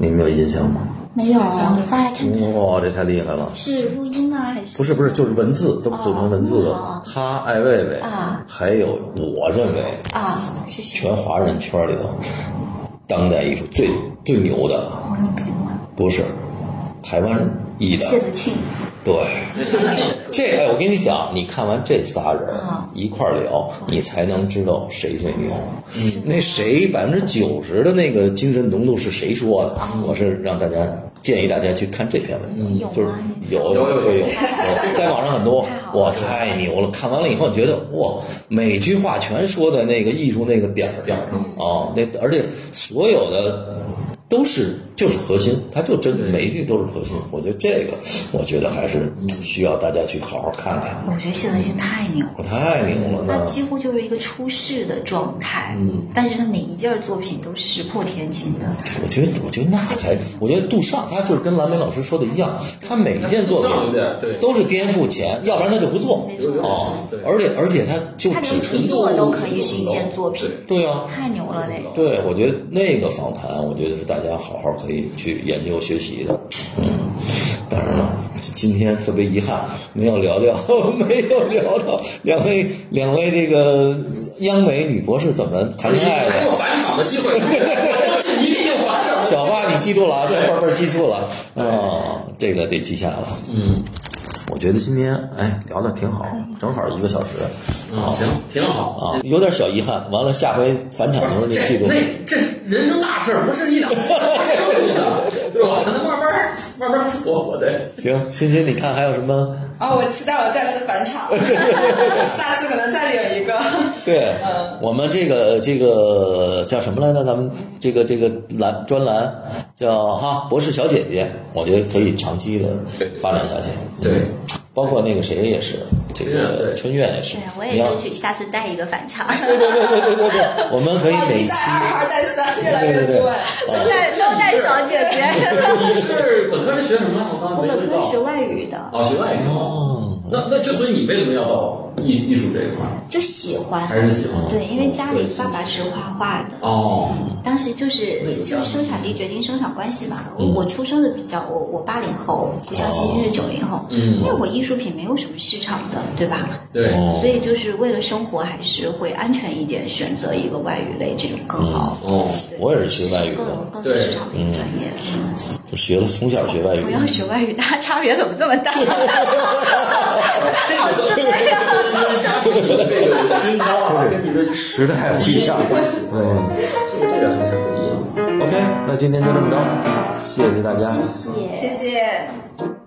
Speaker 3: 你们有印象吗？
Speaker 4: 没有，啊我发来看看
Speaker 3: 哇、这太厉害了！
Speaker 4: 是录音吗？还是
Speaker 3: 不是不是，就是文字都组成文字的。
Speaker 4: 哦
Speaker 3: 他艾薇薇
Speaker 4: 啊，
Speaker 3: 还有我认为
Speaker 4: 啊？是谁？
Speaker 3: 全华人圈里头当代艺术最最牛的，不是台湾裔的
Speaker 4: 谢德庆
Speaker 3: 对，
Speaker 1: 那是不是
Speaker 3: 这哎，我跟你讲，你看完这仨人
Speaker 4: 啊
Speaker 3: 一块儿聊，你才能知道谁最牛。那谁百分之九十的那个精神浓度是谁说的？我是让大家建议大家去看这篇文
Speaker 4: 啊有
Speaker 3: 章，
Speaker 4: 吗
Speaker 3: 就是有
Speaker 1: 有有有
Speaker 3: 有
Speaker 1: 有，
Speaker 3: 在网上很多
Speaker 4: 太，好了
Speaker 3: 哇，太牛了！看完了以后觉得哇，每句话全说的那个艺术那个点儿
Speaker 1: 点儿上
Speaker 3: 啊，那而且所有的。都是就是核心，它就真的每一句都是核心。我觉得这个，我觉得还是
Speaker 1: 嗯
Speaker 3: 需要大家去好好看看。
Speaker 4: 我觉得谢和弦太牛了。
Speaker 3: 我太牛了，
Speaker 4: 他
Speaker 3: 那
Speaker 4: 几乎就是一个出世的状态，但是他每一件作品都石破天惊的，
Speaker 3: 我觉得，我觉得那才，我觉得杜尚他就是跟蓝莓老师说的一样，他每一件作品
Speaker 1: 杜尚有点对
Speaker 3: 都是颠覆前，要不然他就不做
Speaker 4: 没
Speaker 1: 有点
Speaker 4: 错，
Speaker 3: 啊
Speaker 1: 对。
Speaker 3: 而且而且他就
Speaker 4: 他
Speaker 3: 只
Speaker 4: 连
Speaker 3: 是
Speaker 4: 评
Speaker 1: 做
Speaker 4: 论都可以是一件作品，
Speaker 3: 对啊，
Speaker 4: 太牛了那个。
Speaker 3: 对，我觉得那个访谈，我觉得是大家好好可以去研究学习的。嗯，当然了，今天特别遗憾，没有聊聊， (laughs) 没有聊到两位两位这个央美女博士怎么谈
Speaker 1: 你
Speaker 3: 恋爱
Speaker 1: 还
Speaker 3: 的。
Speaker 1: 有返场的机会，
Speaker 3: 哎
Speaker 1: 我相信你一定有返场。
Speaker 3: 小八，你记住了啊，小宝贝儿记住了啊、这个得记下了。
Speaker 1: 嗯，
Speaker 3: 我觉得今天哎聊的挺好，正好一个小时
Speaker 1: 嗯，行，挺好。
Speaker 3: 啊，有点小遗憾。完了，下回返场的时候你
Speaker 1: 这
Speaker 3: 记住
Speaker 1: 那。这是人生大事儿，不是一两天胜负的，对吧？那慢慢儿慢慢儿琢磨的。
Speaker 3: 行，欣欣，你看还有什么？
Speaker 2: 啊，我期待我再次
Speaker 3: (laughs)
Speaker 2: 返场，下次可能再领一个。呃
Speaker 3: 对，我们这个呃这个叫什么来着？咱们这个这个栏专栏叫哈博士小姐姐，我觉得可以长期的发展下去。
Speaker 1: 对，
Speaker 3: 包括那个谁也是，这
Speaker 1: 春苑
Speaker 3: 个
Speaker 1: 对
Speaker 3: 春苑也是
Speaker 4: 对，啊我，
Speaker 3: 你
Speaker 4: 也
Speaker 3: 要
Speaker 4: 争取下次带一个返场，
Speaker 3: 对
Speaker 4: (laughs)
Speaker 3: 对对对对对对，我们可以
Speaker 2: 啊，
Speaker 3: 每
Speaker 2: 一
Speaker 3: 期
Speaker 2: 代二，代三，越来
Speaker 3: 对
Speaker 2: 越
Speaker 3: 对哦对
Speaker 2: 多。
Speaker 4: 带都带小姐姐。
Speaker 1: 你是本科是学什么的？我刚
Speaker 4: 我
Speaker 1: 才没问
Speaker 4: 本科
Speaker 1: 到
Speaker 4: 是学。外语的，
Speaker 1: 啊，学外语。
Speaker 3: 哦，
Speaker 1: 那那之所以你为什么要到艺艺术这一块儿，
Speaker 4: 就喜欢，
Speaker 1: 还是喜欢？
Speaker 4: 对，因为家里爸爸是画画的，
Speaker 1: 哦，
Speaker 4: 当时就是
Speaker 1: 那个
Speaker 4: 就是生产力决定生产关系嘛。我我出生的比较，我我八零后，不像欣欣是九零后，
Speaker 1: 嗯
Speaker 4: 因为我艺术品没有什么市场的，对吧？
Speaker 1: 对，
Speaker 3: 哦
Speaker 4: 所以就是为了生活，还是会安全一点，选择一个外语类这种更好。
Speaker 1: 哦，
Speaker 4: 对
Speaker 3: 嗯我也是学外语
Speaker 4: 更有
Speaker 3: 的，
Speaker 4: 更有
Speaker 1: 对
Speaker 4: 市场的一个专业。嗯
Speaker 3: 就学了从小学外语
Speaker 4: 同，样学外语，大家差别怎么这么
Speaker 3: (laughs)
Speaker 4: 大？
Speaker 1: 这个跟跟家庭的这个熏陶啊，跟你的
Speaker 3: 时代不一样
Speaker 1: 基因有关系。
Speaker 3: 嗯
Speaker 1: 这个这个还是不一样。
Speaker 3: ，OK，那今天就这么着，谢谢大家。
Speaker 4: 谢谢
Speaker 2: 谢谢。